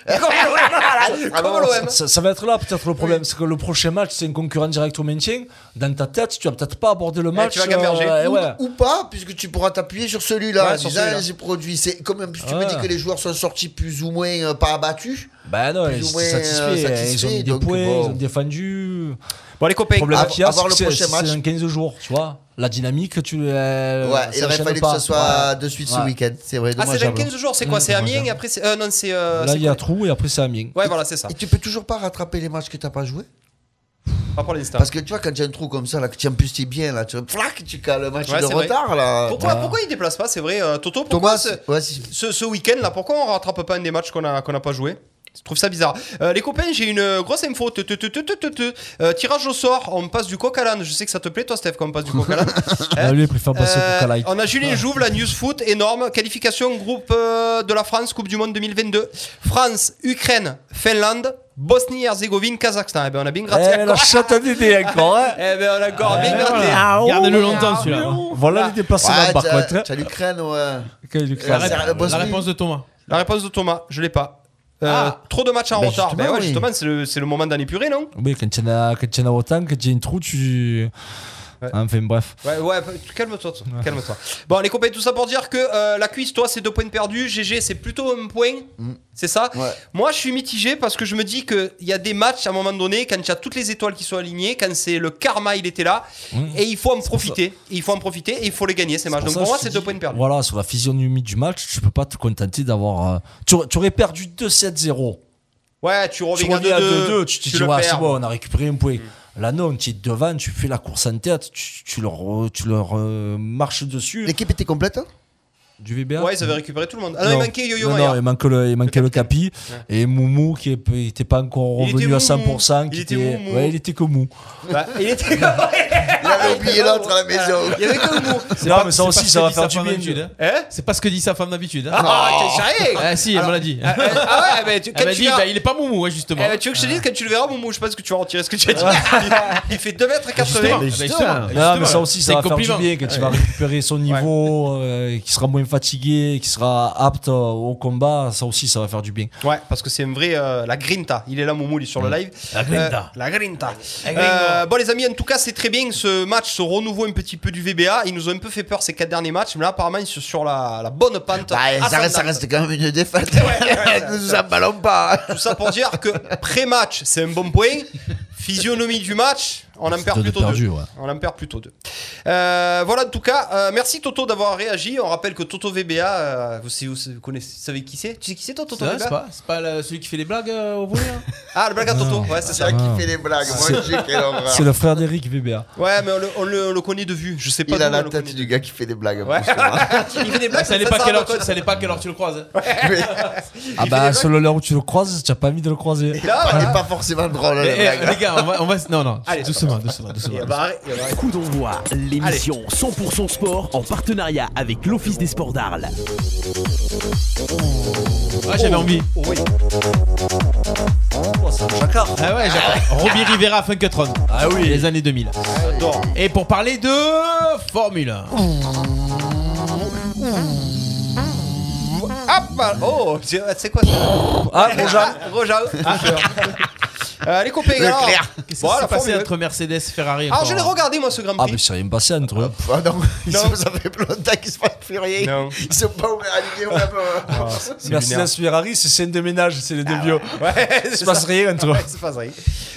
S7: Voilà,
S8: Ah
S7: Comme
S8: non,
S7: l'OM.
S8: Ça, ça va être là peut-être le problème, c'est que le prochain match c'est un concurrent direct au maintien. Dans ta tête, tu vas peut-être pas aborder le match.
S6: Eh, tu vas gamberger.
S8: euh,
S6: Ou-
S8: ouais.
S6: Ou pas, puisque tu pourras t'appuyer sur celui-là.
S8: Ouais,
S6: en
S8: sur
S6: disant,
S8: celui-là.
S6: j'ai produit. C'est comme en plus, tu me
S8: Ouais.
S6: dis que les joueurs sont sortis plus ou moins euh, pas abattus.
S8: Ben non,
S6: Plus
S8: ils
S6: ou
S8: étaient
S6: moins, euh,
S8: satisfaits, ils ont mis
S6: satisfaits,
S8: des
S6: donc,
S8: points,
S6: bon.
S8: ils ont défendu.
S7: Bon les copains, ah,
S8: le problème
S6: av-
S8: qu'il y a,
S6: avoir
S8: c'est
S6: le
S8: que c'est-
S6: prochain match.
S8: c'est en 15 jours, tu vois. La dynamique, tu euh, l'as.
S6: Ouais, il aurait fallu que ce soit de suite ce week-end. C'est vrai,
S7: Ah, c'est dans
S6: dommageable.
S7: 15 jours, c'est quoi C'est Amiens et après c'est. euh, non, c'est. euh,
S8: Mmh, Là,
S7: c'est
S8: il y a trou et après c'est Amiens.
S7: Ouais, voilà, c'est ça.
S6: Et tu peux toujours pas rattraper les matchs que t'as pas joué
S7: Pas pour l'instant.
S6: Parce que tu vois, quand tu as un trou comme ça, là, que tu en plus t'es bien, là, tu flac, tu cales le match
S7: Ouais,
S6: de
S7: c'est vrai.
S6: retard, là.
S7: Pourquoi,
S8: bah.
S6: Ouais.
S7: pourquoi il déplace pas, c'est vrai euh, Toto, pourquoi
S6: euh, Thomas,
S7: ce,
S6: ouais, si.
S7: ce, ce week-end là, pourquoi on rattrape pas un des matchs qu'on a, qu'on a pas joué je trouve ça bizarre. Euh, les copains, j'ai une grosse info. Te, te, te, te, te, te, te. Euh, tirage au sort, on passe du coq à l'âne. Je sais que ça te plaît, toi, Steph, qu'on passe du coq à l'âne.
S8: Ah, lui, il préfère passer au
S7: Euh,
S8: coq à l'âne.
S7: On a Julien Jouve, la News Foot, énorme. Qualification groupe euh, de la France, Coupe du Monde 2022. France, Ukraine, Finlande, Bosnie-Herzégovine, Kazakhstan. Eh ben, on a bien gratté.
S8: Eh, la chatte à Dédé encore, hein.
S7: Eh ben, on a encore bien gratté.
S11: Gardez-le longtemps celui-là.
S8: Voilà les déplacements
S6: Ouais,
S8: par
S6: t'as-
S8: contre.
S6: t'as l'Ukraine, ouais.
S8: Ok, Lucas.
S6: ré- la Bosnie.
S11: réponse de Thomas.
S7: La réponse de Thomas, je l'ai pas. Euh,
S11: Ah.
S7: Trop de matchs en
S8: Ben
S7: retard.
S8: justement,
S7: ben ouais,
S8: oui.
S7: justement, c'est le, c'est le moment d'en épurer, non
S8: Oui, quand tu en as quand tu en as autant, quand tu as une trou, tu.
S7: Ouais.
S8: Enfin, bref.
S7: Ouais, ouais, tu- calme-toi, toi, calme-toi. Bon, les copains, tout ça pour dire que euh, la cuisse, toi, c'est deux points de perdus. GG, c'est plutôt un point.
S6: Mm.
S7: C'est ça Moi, je suis mitigé parce que je me dis qu'il y a des matchs à un moment donné, quand il y a toutes les étoiles qui sont alignées, quand c'est le karma, il était là. Et il faut en profiter. Et il faut en profiter et il faut les gagner, ces matchs.
S8: pour
S7: Donc
S8: ça,
S7: pour moi,
S8: je te
S7: c'est deux
S8: dis,
S7: points de perdus.
S8: Voilà, sur la physionomie du match, tu peux pas te contenter d'avoir. euh, Tu, aurais- tu aurais perdu 2-7-0.
S7: Ouais, tu
S8: Tu
S7: reviens à
S8: reviens à
S7: 2-2.
S8: 2-2, tu te
S7: tu
S8: dis,
S7: le
S8: ouais, c'est
S7: perds. Mm.
S8: bon, on a récupéré un point. Là, non, tu es devant, tu fais la course en tête, tu, tu leur, euh, tu leur euh, marches dessus.
S6: L'équipe était complète hein
S8: Du VBA
S7: Ouais, ils avaient récupéré tout le monde. Ah non, il manquait Yo-Yo
S8: Non,
S7: Maillard.
S8: non, il manquait le, il manquait le capi. Et Moumou qui n'était pas encore
S7: Il était
S8: revenu
S7: mou,
S8: à 100%.
S7: mou.
S8: qui
S7: Il était mou, mou.
S8: Ouais, il était que mou.
S7: Bah, il était. il
S6: avait oublié l'autre à la maison.
S7: Il y avait que le mot.
S8: Non, mais ça aussi, ça va faire du bien.
S11: bien. hein. C'est pas ce que dit sa femme d'habitude. hein.
S7: Ah, quel charré
S8: Eh,
S11: Ah, si, elle me l'a dit.
S7: Ah, euh, ah ouais, mais tu, quand
S11: Elle m'a
S7: tu
S11: dit,
S7: verras-
S11: bah, il est pas moumou, ouais,
S7: Eh
S11: justement.
S5: hein.
S7: ben, tu veux que je te dise quand tu le verras, Moumou, je pense que tu vas retirer ce que tu as dit. il fait 2m80.
S11: Justement, Ah, mais justement.
S8: Non,
S11: Justement,
S8: mais ça aussi,
S11: c'est
S8: ça va faire du
S11: compliment.
S7: hein.
S8: bien quand il va
S11: Ouais.
S8: récupérer son niveau, euh, qui sera moins fatigué, qui sera apte euh, au combat. Ça aussi, ça va faire du bien.
S7: Ouais, parce que c'est un vrai. euh, la Grinta. Il est là, Moumou, il est sur le live.
S8: La grinta.
S7: Euh, la Grinta. Euh, bon, les amis, en tout cas, c'est très bien ce match, ce renouveau un petit peu du VBA. Ils nous ont un peu fait peur ces quatre derniers matchs, mais là, apparemment, ils sont sur la, la bonne pente.
S6: Ah, ça, reste, ça
S7: ascendante.
S6: reste quand même une défaite. Nous nous emballons pas.
S7: Tout ça pour dire que pré-match, c'est un bon point. Physionomie du match, on en perd
S8: deux de
S7: plutôt
S8: perdu,
S7: deux.
S8: ouais.
S7: On en perd plutôt deux. Euh, voilà, en tout cas, euh, merci Toto d'avoir réagi. On rappelle que Toto VBA, euh, vous, si vous connaissez, vous savez qui c'est Tu sais qui c'est toi,
S11: C'est
S7: Toto
S11: vrai,
S7: VBA
S11: c'est pas, c'est pas le- celui qui fait les blagues euh, au volet. hein
S7: Ah, le blague à Toto, ouais, c'est ça.
S8: Ah.
S6: qui fait les blagues. Mon Dieu, quelle horreur.
S8: C'est le frère d'Eric VBA.
S7: Ouais, mais on le, on le- on le connaît de vue. Je sais pas.
S6: Il a
S7: d'où on
S6: la
S7: le
S6: tête du gars qui fait des blagues. en
S7: Ouais.
S6: plus, hein.
S7: connaît. Il fait des blagues.
S11: Ah, Ça n'est
S7: ça
S11: pas,
S7: sert
S11: quelle
S7: de
S11: heure tu-
S7: code.
S11: ça n'est pas quelle heure tu le croises. hein.
S6: Oh,
S8: Ah bah, selon l'heure où tu le croises, tu n'as pas envie de le croiser.
S7: Là,
S6: Il
S7: voilà.
S6: est pas forcément drôle. hein,
S11: Eh,
S6: la blague.
S11: eh, les gars, on va, on va s- non non,
S7: Allez,
S11: doucement, doucement, doucement.
S7: Il va arrêter, Bah, il va arrêter.
S9: Coup d'envoi, l'émission 100% sport en partenariat avec l'Office des sports d'Arles.
S11: Ah, j'avais envie.
S7: Oui.
S8: Chacun.
S11: Ah ouais, j'avais. Robbie Rivera, Funkatron.
S8: Ah oui.
S11: Les années 2000.
S7: J'adore.
S11: Et pour parler de Formule 1.
S7: Hop, bah, oh, c'est c'est quoi ça
S8: Ah, Rojan.
S7: Roja. Euh, les copains,
S11: Leclerc.
S7: alors.
S11: Qu'est-ce qui
S7: Bon,
S11: s'est
S7: la
S11: passé
S7: Formule-
S11: entre Mercedes, Ferrari
S7: Alors,
S11: encore
S7: je l'ai regardé, moi, ce Grand Prix.
S8: Ah, mais c'est rien passé entre eux.
S6: Ah non,
S7: Non.
S6: ça fait plus longtemps qu'ils se font plus rien.
S7: Non. Ah,
S6: Ils sont pas ouverts à l'idée au même. euh,
S14: Mercedes Ferrari, c'est scène de ménage, c'est les deux vieux. Il se passe rien entre eux.
S7: Ouais, il se passe rien.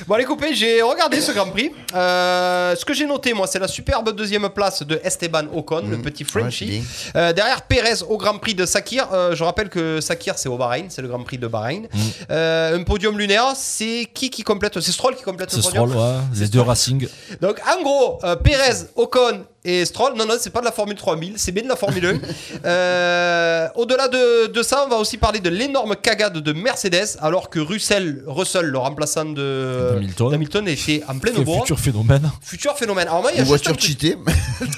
S7: Bon, allez, copains, j'ai regardé ce Grand Prix. Euh, ce que j'ai noté, moi, c'est la superbe deuxième place de Esteban Ocon, le petit
S6: Mm. Ouais, c'est
S7: Frenchie.
S6: bien.
S7: Euh, derrière Pérez au Grand Prix de Sakir. Euh, je rappelle que Sakir, c'est au Bahreïn, c'est le Grand Prix de Bahreïn.
S6: Mm.
S7: Euh, un podium lunaire, c'est qui qui complète C'est Stroll qui complète
S8: C'est
S7: le podium.
S8: Stroll, ouais. Les deux Racing.
S7: Donc, en gros, euh, Pérez, Ocon et Stroll, non, non, c'est pas de la Formule 3000, c'est bien de la Formule 1. Euh, Au-delà de, de ça, on va aussi parler de l'énorme cagade de Mercedes, alors que Russell, Russell le remplaçant de
S8: Hamilton.
S7: d'Hamilton, était en pleine bourre.
S8: futur phénomène.
S7: Futur phénomène. Alors, moi, il y a
S6: Une
S7: juste un
S6: voiture
S7: truc.
S6: cheatée.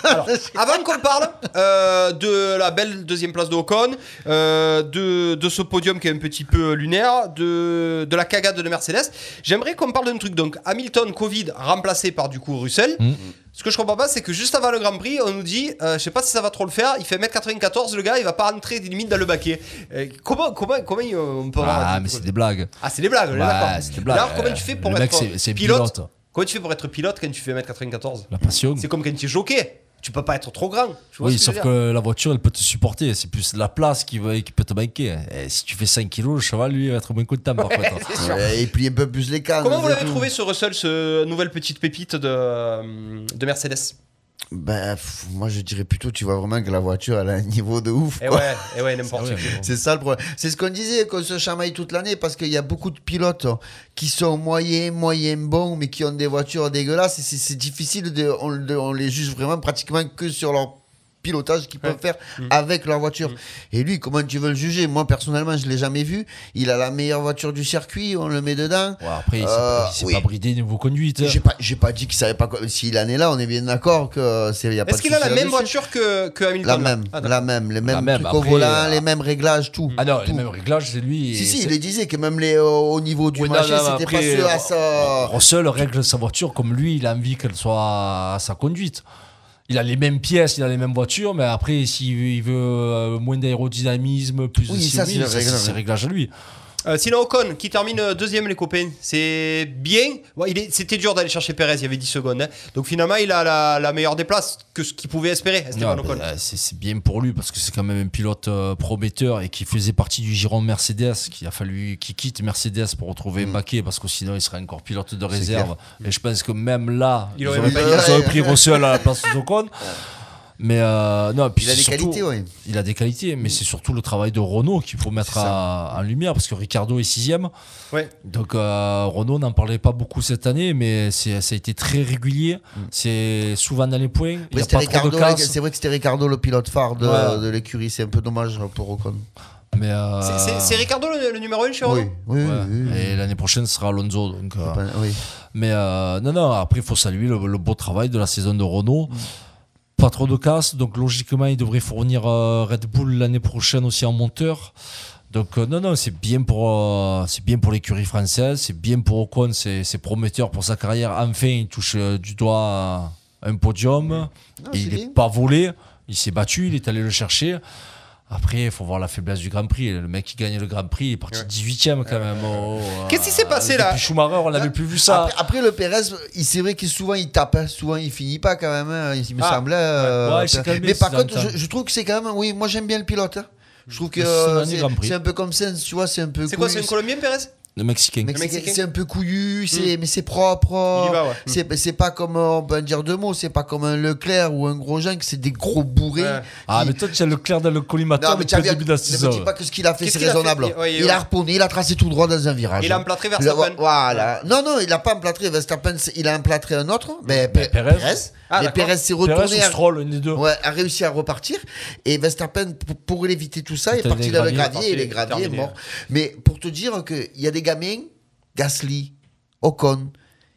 S7: Alors, avant qu'on parle euh, de la belle deuxième place de Ocon, euh, de, de ce podium qui est un petit peu lunaire, de, de la cagade de Mercedes, j'aimerais qu'on parle d'un truc. Donc, Hamilton, Covid, remplacé par du coup Russell.
S8: Mm.
S7: Ce que je comprends pas, c'est que juste avant le Grand Prix, on nous dit, euh, je sais pas si ça va trop le faire, il fait 1m94, le gars, il va pas rentrer limite dans le baquet. Euh, comment, comment, comment il- euh, on peut avoir
S8: Ah,
S7: un-
S8: mais c'est des blagues.
S7: Ah, c'est des blagues, on est
S8: Ouais,
S7: d'accord.
S8: c'est des blagues.
S7: Mais Alors, comment tu fais pour
S8: Le mec,
S7: être
S8: c'est- c'est pilote.
S7: Comment tu fais pour être pilote quand tu fais 1m94
S8: La passion.
S7: c'est comme quand tu es jockey. Tu peux pas être trop grand. Tu vois
S8: Oui,
S7: ce que je veux
S8: sauf
S7: dire
S8: que la voiture, elle peut te supporter. C'est plus la place qui, va- qui peut te manquer. Et si tu fais 5 kilos, le cheval, lui, il va être moins content par
S7: Ouais,
S8: contre.
S7: c'est sûr.
S6: Ouais, il plie euh, un peu plus les cannes.
S7: Comment vous
S6: c'est
S7: l'avez
S6: tout.
S7: trouvé ce Russell, ce nouvelle petite pépite de, euh, de Mercedes
S6: Ben, pff, moi je dirais plutôt, tu vois vraiment que la voiture elle a un niveau de ouf.
S7: Eh
S6: quoi. Ah
S7: ouais, eh ouais, n'importe
S8: Ah
S7: qui.
S6: C'est ça le problème. C'est ce qu'on disait, qu'on se chamaille toute l'année parce qu'il y a beaucoup de pilotes hein, qui sont moyens, moyens bons, mais qui ont des voitures dégueulasses. Et c'est- c'est difficile, de, on, de- on les juge vraiment pratiquement que sur leur pilotage qu'ils peuvent faire
S7: Mm.
S6: avec leur voiture. Et lui, comment tu veux le juger Moi, personnellement, je l'ai jamais vu. Il a la meilleure voiture du circuit, on le met dedans.
S8: Ouais, après, il s'est
S6: Euh,
S8: il s'est
S6: oui.
S8: pas bridé niveau conduite.
S6: J'ai pas, j'ai pas dit qu'il savait pas quoi. S'il en est là, on est bien d'accord que c'est. y a pas
S7: Est-ce
S6: de
S7: qu'il a
S6: souci
S7: la même
S6: là-dessus.
S7: voiture que, que Hamilton
S6: La
S7: là
S6: même,
S7: Ah,
S6: la même, les mêmes
S8: même,
S6: trucs au
S8: après,
S6: volant,
S8: euh,
S6: les mêmes réglages, tout.
S8: Ah non, les mêmes réglages, c'est lui.
S6: Si, si,
S8: c'est-
S6: il le disait que même les, au, au niveau du
S8: Oui, non,
S6: marché,
S8: non,
S6: c'était pas
S8: après,
S6: sûr à ça.
S8: euh, Russell règle sa voiture comme lui, il a envie qu'elle soit à sa conduite. Il a les mêmes pièces, il a les mêmes voitures, mais après, s'il veut, il veut, euh, moins d'aérodynamisme, plus
S6: Oui,
S8: de
S6: ça,
S8: circuit,
S6: c'est le
S8: ça, c'est
S6: réglage.
S8: ses réglages à lui.
S7: Euh, sinon, Ocon qui termine euh, deuxième, les copains. C'est bien. Ouais, il est- C'était dur d'aller chercher Perez, il y avait 10 secondes. hein. Donc finalement, il a la, la meilleure des places que ce qu'il pouvait espérer, Esteban
S8: Non,
S7: Ocon.
S8: bah, c'est c'est bien pour lui parce que c'est quand même un pilote euh, prometteur et qui faisait partie du giron Mercedes, qu'il a fallu qu'il quitte Mercedes pour retrouver
S6: Mm.
S8: Mbappé parce que sinon il serait encore pilote de réserve. Et je pense que même là,
S7: Il
S8: ils
S7: aurait
S8: auraient,
S7: pas-
S8: ils
S7: il
S8: auraient
S7: aurait-
S8: pris Russell à la place de Ocon. Mais euh, non, puis
S6: Il a
S8: c'est
S6: des
S8: surtout-
S6: qualités, oui.
S8: Il a des qualités, mais c'est surtout le travail de Renault qu'il faut mettre à- en lumière parce que Ricardo est sixième.
S7: Ouais.
S8: Donc euh, Renault n'en parlait pas beaucoup cette année, mais c'est- ça a été très régulier. C'est souvent dans les points. Il
S6: Oui,
S8: n'y a
S6: c'était
S8: pas trop de
S6: Ricardo,
S8: casse.
S6: c'est vrai que c'était Ricardo le pilote phare de,
S8: Ouais.
S6: de l'écurie, c'est un peu dommage pour Ocon.
S8: Mais euh,
S7: C'est- C'est c'est Ricardo le, le numéro 1 chez Renault
S6: bah. Oui, oui,
S8: Oh. Ouais.
S6: oui, oui.
S8: Et l'année prochaine, ce sera Alonso. Donc, euh,
S6: Pas- oui.
S8: Mais euh, non, non, après, il faut saluer le, le beau travail de la saison de
S7: Mm.
S8: Renault. Pas trop de casse, donc logiquement, il devrait fournir euh, Red Bull l'année prochaine aussi en monteur. Donc euh, non, non, c'est bien pour, euh, c'est bien pour l'écurie française, c'est bien pour Ocon, c'est c'est prometteur pour sa carrière. Enfin, il touche euh, du doigt euh, un
S7: Mm.
S8: podium.
S7: Ah,
S8: Et
S6: c'est
S8: il n'est
S6: bien.
S8: pas volé, il s'est battu, il est allé le chercher. Après, il faut voir la faiblesse du Grand Prix. Le mec qui gagne le Grand Prix il est parti 18ème quand même. Oh, euh,
S7: Qu'est-ce qui s'est passé, là
S8: Depuis Schumacher, on n'avait plus vu ça.
S6: Après, après, le Pérez, il- c'est vrai que souvent il tape, hein. souvent il finit pas quand même, hein. il me
S7: Ah.
S6: semblait. euh,
S8: Ouais, il s'est
S6: Pérez.
S8: calmé,
S6: mais par
S8: c'est dans le
S6: contre,
S8: temps.
S6: je, je trouve que c'est quand même, oui, moi j'aime bien le pilote. hein. Je trouve que
S8: Mais c'est son
S6: euh,
S8: dernier
S6: c'est
S8: Grand Prix.
S6: c'est un peu comme ça, tu vois, c'est un peu.
S7: C'est quoi, c'est
S6: couillu,
S7: un Colombien, Perez
S8: Le Mexicain.
S6: Mexicain,
S7: Mexicain.
S6: C'est un peu couillu, c'est- mais c'est propre.
S7: Hmm. Il y va, ouais.
S6: C'est c'est pas comme, euh, on peut en dire deux mots, c'est pas comme un Leclerc ou un Grosjean, que c'est des gros bourrés.
S7: Ouais.
S8: Ah,
S6: qui-
S8: mais toi, tu as le clair dans le collimateur
S6: mais
S8: depuis le
S6: t'as vu-
S8: début de la
S6: ne me
S8: saison.
S6: dis pas que ce qu'il a fait,
S7: Qu'est-ce
S6: c'est
S7: qu'il a fait
S6: raisonnable.
S7: Ouais, ouais,
S6: il a
S7: ouais.
S6: harponné, il a tracé tout droit dans un virage.
S7: Il a
S6: hein.
S7: emplâtré
S6: Le-
S7: Verstappen.
S6: Voilà. Non, non, il a pas emplâtré Verstappen, c'est- il a emplâtré un autre, mais Pe-
S8: Perez.
S6: Perez.
S7: Ah,
S6: mais
S7: d'accord.
S6: Perez s'est
S8: Perez
S6: retourné.
S8: ou
S6: à-
S8: Stroll, une des deux.
S6: Ouais, a réussi à repartir. Et Verstappen, pour, pour éviter tout ça, est
S8: Putain,
S6: parti
S8: les
S6: dans le
S8: graviers,
S6: gravier et
S7: parti,
S6: les graviers est
S7: terminé. hein.
S6: mort. Mais pour te dire qu'il y a des gamins, Gasly, Ocon,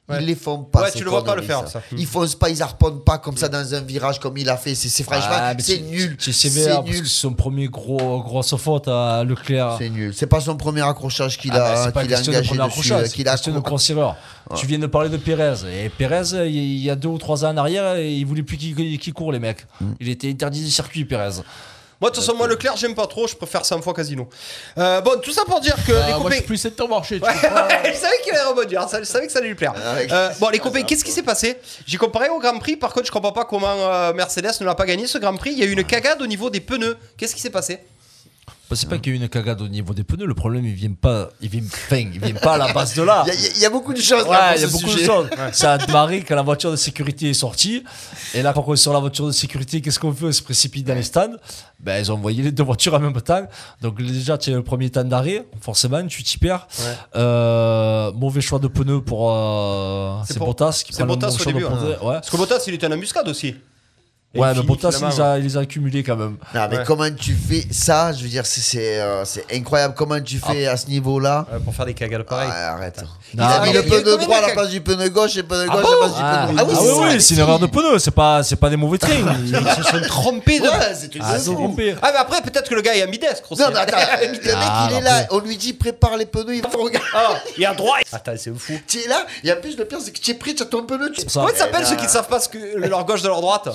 S7: Ouais.
S6: ils les font pas.
S7: Ouais,
S6: ces
S7: tu le vois pas le
S6: conneries,
S7: faire, ça. Hmm.
S6: Ils foncent pas, ils harponnent pas comme ça dans un virage comme il a fait. C'est c'est franchement,
S8: Ah, mais
S6: c'est
S8: tu-
S6: nul.
S8: tu es sévère
S6: C'est
S8: parce
S6: nul.
S8: que c'est son premier gros, grosse faute à Leclerc.
S6: C'est nul. C'est pas son premier accrochage qu'il
S8: Ah bah,
S6: a,
S8: c'est pas
S6: qu'il a
S8: question de
S6: engagé
S8: premier
S6: dessus, euh,
S8: accrochage,
S6: qu'il
S8: c'est
S6: a
S8: question de
S6: accro-
S8: grosse erreur. Tu viens de parler de Pérez. Et Pérez, il il y
S6: Mm.
S8: a deux ou trois ans en arrière, il voulait plus qu'il qu'il court, les mecs. Il était interdit du circuit, Pérez.
S7: Moi, de toute façon, moi, Leclerc, j'aime pas trop. Je préfère 100 fois Casino. Euh, bon, tout ça pour dire que
S8: Ah,
S7: les copains.
S11: plus septembre marché.
S7: Ouais, je savais qu'il allait rebondir, ça- je savais que ça allait lui plaire.
S6: Ah,
S7: Euh, bon, les copains, qu'est-ce qui s'est passé J'ai comparé au Grand Prix, par contre, je comprends pas comment euh, Mercedes ne l'a pas gagné ce Grand Prix. Il y a eu
S6: Ah.
S7: une cagade au niveau des pneus. Qu'est-ce qui s'est passé
S8: Bah,
S6: Mm.
S8: c'est pas qu'il y a eu une cagade au niveau des pneus, le problème il vient pas, il vient, enfin, il vient pas à la base de là.
S6: Il y a- il y a beaucoup de choses,
S8: Ouais,
S6: là, pour
S8: il y a
S6: ce
S8: beaucoup
S6: sujet.
S8: de choses.
S6: Ouais.
S8: Ça a démarré quand la voiture de sécurité est sortie. Et là, quand on est sur la voiture de sécurité, qu'est-ce qu'on fait On se précipite dans les stands. Ben, ils ont envoyé les deux voitures en même temps. Donc, déjà, tu as le premier temps d'arrêt. Forcément, tu t'y perds. Euh, mauvais choix de pneus pour. euh, c'est
S7: pour-
S8: Bottas qui
S7: C'est
S8: prend le
S7: Bottas
S8: mauvais
S7: au
S8: choix de
S7: début. hein.
S8: pneus. Ouais.
S7: Parce que Bottas, il était en embuscade aussi. Et
S8: Ouais,
S7: il
S8: mais
S7: finit
S8: Bottas, il
S7: finalement,
S8: les, a, il les a accumulés quand même.
S6: Non, mais
S8: Ouais.
S6: comment tu fais ça Je veux dire, c'est- c'est euh, c'est incroyable. Comment
S8: Ah.
S6: tu fais à ce niveau-là
S7: euh, Pour faire des cagades pareilles.
S6: Ah, arrête. Il
S8: Ah, Non,
S6: a mis
S8: mais
S6: le
S8: il y a eu
S6: pneu
S8: combien
S6: droit à
S8: de
S6: la place du pneu gauche et le pneu
S8: Ah
S6: gauche à
S8: bon
S6: la place du pneu droit.
S8: Ah oui, c'est une erreur de pneu, c'est pas, c'est pas des mauvais trains. Ils se sont
S7: trompés
S8: de.
S6: Ouais, c'est une
S8: Ah,
S6: zone.
S8: trompés.
S7: Ah, mais après, peut-être que le gars est ambidestre aussi.
S6: Non, mais attends, le mec,
S7: Ah,
S6: il
S7: non,
S6: est là.
S7: mais-
S6: On lui dit prépare les pneus, il va faire regarder.
S7: Ah. il a droit. Attends, c'est fou.
S6: Tu es là, et en plus, le pire, c'est que tu es pris, tu as ton pneu. Tu...
S7: Comment ça s'appelle
S6: Eh
S7: ceux
S6: ben,
S7: qui ne savent pas ce que, leur gauche de leur droite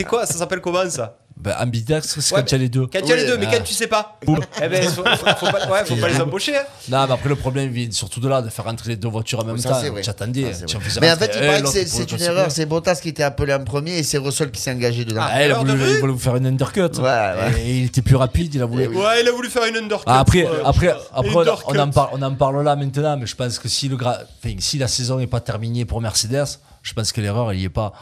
S7: C'est quoi Ça s'appelle comment ça
S8: Ben, ambidextre, c'est
S7: Ouais,
S8: quand il y a les deux.
S7: Quand il y a les deux, mais
S8: ah.
S7: quand tu sais pas. Eh ben, faut, faut- faut pas, ouais, faut pas les embaucher. hein.
S8: Non, mais après, le problème vient surtout de là, de faire rentrer les deux voitures en même
S6: Ça,
S8: temps.
S6: c'est vrai.
S8: J'attendais.
S6: Ça, c'est
S8: tu en
S6: vrai.
S8: faisais
S6: Mais en
S8: rentrer
S6: fait, il
S8: un,
S6: paraît que
S8: eh, l'autre
S6: c'est-
S8: pour
S6: c'est
S8: le
S6: une
S8: passer.
S6: erreur. C'est Bottas qui était appelé en premier et c'est Russell qui s'est engagé dedans.
S8: Ah, il, a voulu, il voulait vous faire une undercut. Et il était plus rapide, il a voulu.
S7: Ouais, il a voulu faire une undercut. euh,
S8: Ah, après,
S7: Ouais.
S8: après, après, on-
S7: Undercut.
S8: on, en parle, on en parle là maintenant, mais je pense que si, le gra... enfin, si la saison n'est pas terminée pour Mercedes, je pense que l'erreur, elle n'y est pas.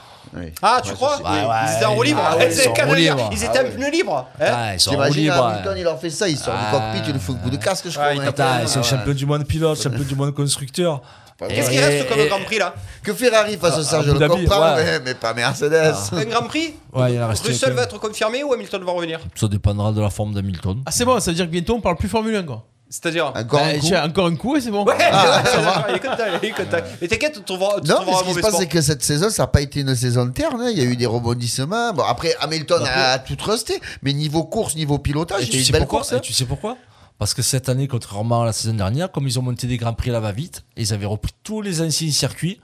S7: Ah, tu crois
S8: Ouais, ouais,
S7: Ils étaient en roue libre.
S8: ah,
S7: Ils
S8: ouais, ils
S7: étaient
S8: sont en roue
S7: canadiens.
S8: libre.
S7: Ils
S8: Ah,
S7: étaient en
S8: ouais.
S7: pneu libre. hein.
S8: Ah, ils sont Ah. en roue
S6: Eh, T'imagines,
S8: libre.
S6: Hamilton, il leur fait ça, il sort du cockpit, il lui fout le coup de casque, je crois. hein.
S8: Putain, ils sont
S6: Ouais.
S8: champions du monde pilote, champions du monde constructeur.
S7: Qu'est-ce qui reste comme Grand Prix là
S6: Que Ferrari fasse
S8: Ah,
S6: ça,
S8: Abu
S6: je le
S8: Dhabi,
S6: comprends,
S8: ouais. Ah.
S6: mais, mais pas Mercedes.
S7: Un Grand Prix
S8: Ouais, il en reste
S7: Russell
S8: un.
S7: va être confirmé ou Hamilton va revenir
S8: Ça dépendra de la forme d'Hamilton.
S11: Ah, c'est bon, ça veut dire que bientôt on parle plus Formule 1, quoi.
S7: C'est-à-dire
S8: Ah,
S6: Encore
S11: un coup. Encore un coup et c'est bon.
S7: Ouais,
S11: Ah,
S7: ouais,
S11: ça va.
S7: il est content, il est content. Mais t'inquiète, tu trouveras, tu
S6: Non,
S7: trouveras
S6: mais ce
S7: un
S6: qui se
S7: mauvais
S6: passe,
S7: sport.
S6: c'est que cette saison, ça n'a pas été une saison terne. hein. Il y a eu des rebondissements. Bon, après, Hamilton
S7: Bah,
S6: a tout trusté. Mais niveau course, niveau pilotage,
S8: Et
S6: il y
S8: tu,
S6: a eu
S8: sais
S6: une belle
S8: pourquoi,
S6: course.
S8: Et
S6: hein.
S8: tu sais pourquoi Parce que cette année, contrairement à la saison dernière, comme ils ont monté des grands prix à la va-vite, ils avaient repris tous les anciens circuits.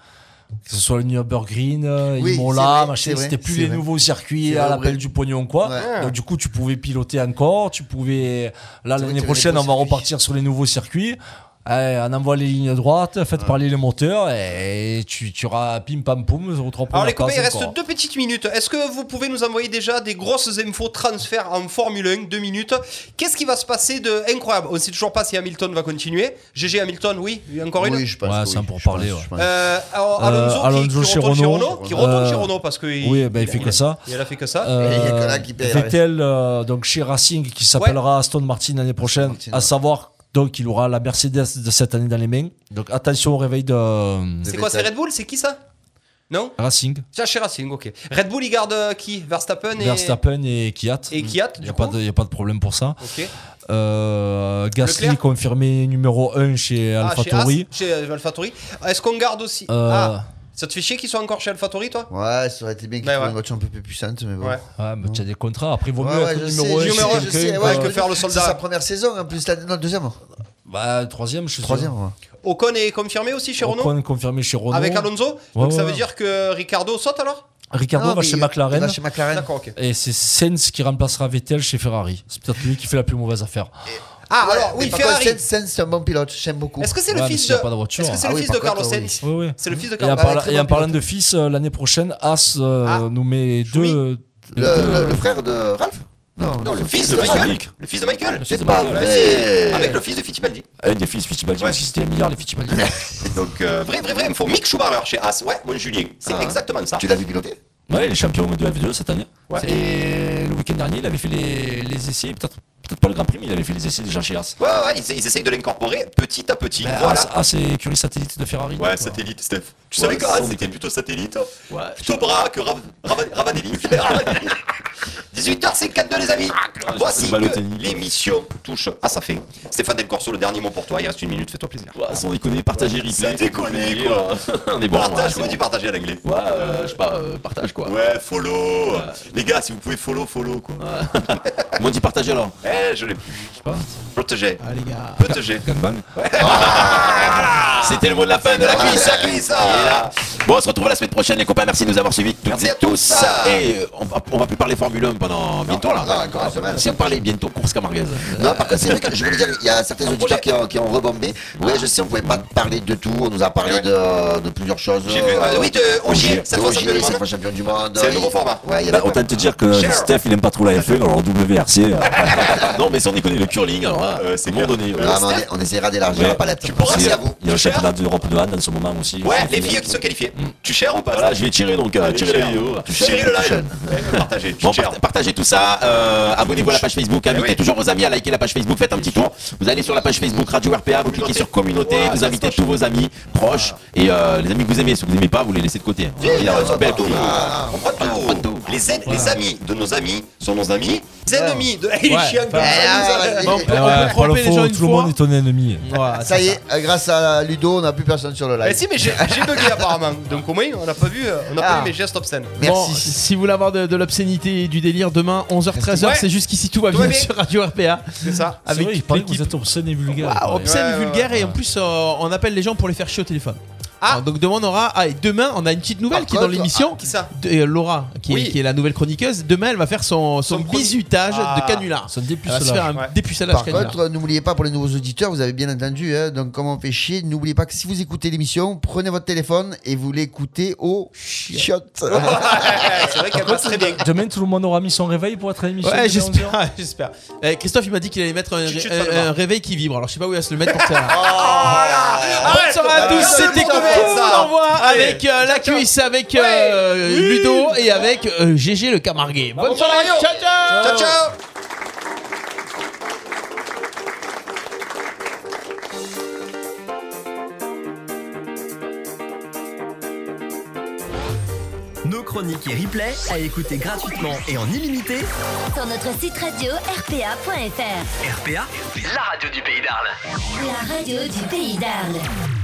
S8: Que ce soit le Nürburgring, euh,
S5: Oui, c'est
S8: Imola,
S5: vrai,
S8: machin,
S5: c'est vrai,
S8: c'était plus
S5: c'est
S8: les
S5: vrai.
S8: nouveaux circuits
S5: C'est
S8: à
S5: vrai,
S8: l'appel
S5: vrai.
S8: du pognon, quoi.
S5: Ouais.
S8: Donc, du coup, tu pouvais piloter encore, tu pouvais. Là,
S5: vrai
S8: l'année
S5: qu'il y avait
S8: prochaine,
S5: des
S8: on va repartir sur les nouveaux circuits. Allez, on envoie les lignes droites, faites parler les moteurs et tu, tu auras pim pam poum, sur trois points
S7: Alors
S8: de
S7: les copains, il
S8: case,
S7: reste
S8: quoi.
S7: deux petites minutes. Est-ce que vous pouvez nous envoyer déjà des grosses infos transfert en Formule 1 Deux minutes. Qu'est-ce qui va se passer de incroyable On ne sait toujours pas si Hamilton va continuer. GG Hamilton, oui, encore une.
S8: Oui, je pense Ouais, que c'est oui, un pour je parler, pense, ouais. je pense.
S7: Euh, alors,
S8: Euh,
S7: Alonso, qui-
S8: Alonso
S7: qui,
S8: chez
S7: retourne
S8: Renault.
S7: chez Renault, qui retourne
S8: Euh,
S7: chez Renault parce que
S8: oui, ben, il fait
S7: a-
S8: que ça.
S7: Il a fait que ça.
S8: Euh,
S7: Et
S8: Vettel, euh, donc chez Racing, qui s'appellera Aston Martin l'année prochaine, à savoir donc il aura la Mercedes de cette année dans les mains. Donc attention au réveil de.
S7: C'est quoi C'est Red Bull C'est qui ça Non
S8: Racing,
S7: Tiens, chez Racing, ok. Red Bull, il garde euh, qui Verstappen et.
S8: Verstappen et Kiat.
S7: Et Kiat,
S8: il n'y a, pas de- y a pas de problème pour ça.
S7: Ok.
S8: Euh, Gasly
S7: Leclerc
S8: confirmé numéro 1 chez
S7: Ah, chez
S8: AlphaTauri.
S7: As- Chez euh, AlphaTauri. Est-ce qu'on garde aussi
S8: Euh.
S7: Ah, ça te fait chier qu'ils soient encore chez AlphaTauri, toi
S6: Ouais, ça aurait été bien qu'il
S7: Ben
S6: trouve
S7: ouais.
S6: une voiture un peu plus puissante, mais bon.
S7: Ouais.
S8: Ouais, mais tu as des contrats. Après, il vaut mieux
S6: Ouais, ouais,
S8: être
S6: je
S8: numéro
S6: sais,
S8: 1
S6: je sais, je sais, ouais,
S7: que faire le
S6: C'est
S7: soldat.
S6: sa première saison, en plus, la... non, deuxième.
S8: Bah, troisième, je suis
S6: Troisième,
S8: sûr.
S6: ouais.
S7: Ocon est confirmé aussi chez Renault
S8: Ocon confirmé chez Renault.
S7: Avec Alonso
S8: Ouais,
S7: Donc ça
S8: ouais.
S7: veut dire que Ricardo saute alors
S8: Ricardo
S7: Non,
S8: va
S7: mais
S8: chez
S7: il-
S8: McLaren.
S7: il va chez McLaren. D'accord, ok.
S8: Et c'est Sainz qui remplacera Vettel chez Ferrari. C'est peut-être lui qui fait la plus mauvaise affaire.
S7: Ah, alors, oui, Ferrari.
S6: Sainz, c'est un bon pilote, j'aime beaucoup.
S7: Est-ce que c'est le
S8: Ouais, mais
S7: fils
S8: s'il
S7: de.
S8: y a pas de voiture.
S7: Est-ce que c'est
S8: Ah
S7: le
S8: oui,
S7: fils de
S8: par
S7: Carlos
S8: contre, oui.
S7: Sainz
S8: Oui, oui.
S7: C'est le fils de
S8: Et en,
S7: Carlos
S8: parla- et en parlant de fils, euh, l'année prochaine, As euh, nous met deux.
S6: Ah. Le, le- le frère de Ralph non, le fils de Michael. Le fils de Michael. C'est pas vrai. Avec le fils de Fittipaldi.
S8: Avec des fils Fittipaldi, parce que c'était un milliard les Fittipaldi.
S6: Donc, vrai, vrai, vrai, il me faut Mick Schumacher chez As. Ouais, bon Julien. C'est exactement ça. Tu l'as vu piloter
S8: Ouais, il est champion de F2 cette année. Et le week-end dernier, il avait fait les, les essais, peut-être peut-être pas le Grand Prix, mais il avait fait les essais déjà chez As.
S6: Ouais, ouais, ils, ils essayent de l'incorporer petit à petit.
S8: Ben,
S6: voilà.
S8: As, As, c'est écurie satellite de Ferrari.
S6: Ouais, satellite, Steph. Tu
S8: Ouais,
S6: savais que As,
S8: sans
S6: c'était plutôt satellite. Ouais. Plutôt bras que Rav- Rav- Ravanelli. Philippe Ravanelli. 18h52, les amis. Voici que l'émission touche à sa fin. Stéphane Del Corso, le dernier mot pour toi. Il reste une minute, fais-toi plaisir.
S14: sans déconner, partagez, replay.
S6: C'est déconné,
S14: Et,
S6: quoi.
S14: euh, on est bon, ouais,
S6: Partage,
S14: c'est
S6: comment
S14: bon.
S6: tu partages à l'anglais
S14: Ouais, euh, je sais pas, euh, partage quoi.
S6: Ouais, follow. Les gars, si vous pouvez follow, follow, quoi.
S14: Moi, dis partager alors.
S6: Eh, je l'ai plus. Protégé.
S14: Ah, les gars.
S6: Protégé.
S14: Gangbang.
S6: Voilà.
S9: Ah, C'était le mot de la fin de la cuisse.
S15: La cuisse.
S9: Et là, Bon, on se retrouve la semaine prochaine, les copains. Merci de nous avoir suivis. toutes
S15: Merci
S9: et
S15: à tous.
S9: Et euh, on va, on va plus parler Formule 1 pendant bientôt là.
S3: Ah,
S15: non, encore une semaine.
S9: Si on parlait bientôt course camargaise.
S15: Non, par contre, c'est vrai que je voulais dire, il y a certains auditeurs qui ont, qui ont rebombé. Ouais, je sais, on pouvait pas parler de tout, on nous a parlé de, de plusieurs choses.
S3: J'ai vu, euh, oui, de Ogier, cette fois champion du monde.
S15: cette fois champion du monde.
S3: C'est un nouveau format.
S15: Ouais, il y en a
S3: Bah, autant te dire que
S15: Cher.
S3: Steph, il aime pas trop la F1, alors WRC. euh,
S9: non, mais sans déconner, le curling, hein. alors là, c'est bien donné. euh,
S15: Ah, mais on est- on essaiera d'élargir la palette. Merci à vous.
S3: Il y a un championnat d'Europe de hand en ce moment aussi.
S8: Ouais, les filles qui se qualifient. Tu chères ou pas
S9: Voilà, je vais tirer donc, euh,
S8: Ah,
S9: tirer
S8: tu
S9: la
S8: chères.
S9: vidéo.
S8: Tu chères. Chérie le live. Partagez, tu
S9: Bon,
S8: chères.
S9: part- partagez tout ça, euh, abonnez-vous à la page Facebook, invitez toujours vos amis à liker la page Facebook, faites un petit tour. Vous allez sur la page Facebook Radio RPA, vous cliquez sur communauté, vous invitez tous vos amis proches et euh, les amis que vous aimez, ceux que vous n'aimez pas, vous les laissez de côté. hein.
S3: Si,
S9: Il y a
S3: on
S9: une
S3: s'en
S9: belle
S3: fout.
S9: communauté.
S3: Ah, on prend tout. Les, a- les amis de nos amis sont nos amis. Les ennemis de.
S6: Il est chiant,
S7: Eh,
S6: comme ça,
S7: Ah,
S6: nous,
S3: on
S6: on
S3: peut-
S6: peut
S3: on peut
S6: tromper les gens une
S8: Ah, tout le
S6: fois. Mmh.
S8: monde est ton ennemi.
S5: Ah,
S6: ça y est, euh, grâce à Ludo, on n'a plus personne sur le live.
S7: Mais Eh, si, mais j'ai j'ai bugué apparemment. Donc au moins, on n'a pas vu, euh, on n'a pas
S6: Ah.
S7: vu mes gestes obscènes.
S5: Bon, si vous voulez avoir de, de l'obscénité et du délire, demain 11h-13h,
S7: Ouais.
S5: c'est jusqu'ici tout va bien
S7: Ouais, mais-
S5: sur Radio RPA.
S7: C'est ça.
S5: Avec
S8: il paraît que vous êtes obscène et vulgaire.
S5: Ah, obscène
S8: Ouais,
S5: et
S8: ouais,
S5: vulgaire et en plus euh, on appelle les gens pour les faire chier au téléphone. Ah. Donc demain on aura ah, et demain on a une petite nouvelle qui est dans
S7: contre,
S5: l'émission.
S7: ah, qui ça
S5: De- euh, Laura qui,
S7: Oui.
S5: est, qui est la nouvelle chroniqueuse. Demain elle va faire son son, bisutage
S7: Ah.
S5: de canular.
S6: Son
S5: Elle va se faire un dépucelage
S6: Par
S5: canular.
S6: contre, n'oubliez pas pour les nouveaux auditeurs, vous avez bien entendu, hein, donc comme on fait chier, n'oubliez pas que si vous écoutez l'émission, prenez votre téléphone et vous l'écoutez au chiottes.
S7: C'est vrai qu'elle passe très bien.
S8: Demain, tout le monde aura mis son réveil pour être à l'émission.
S5: Ouais,
S8: dès
S5: j'espère, j'espère. Eh, Christophe, il m'a dit qu'il allait mettre un,
S8: Chut, chut,
S5: un-
S8: pas de
S5: un réveil qui vibre. Alors, je sais pas où il va se le mettre pour que ça.
S8: Ah,
S15: Arrête,
S5: Bonne soirée à
S15: arrête,
S5: tous,
S15: arrête,
S5: c'était
S15: arrête,
S5: Coco,
S15: arrête,
S5: on envoie
S15: arrête.
S5: avec euh, la cuisse, avec euh, Ludo et avec euh, GG le Camarguais. Bonne soirée, ciao ciao
S15: Ciao, ciao.
S16: Nos chroniques et replays à écouter gratuitement et en illimité.
S17: Sur notre site radio rpa.fr.
S16: RPA, la radio du pays d'Arles.
S17: La radio du pays d'Arles.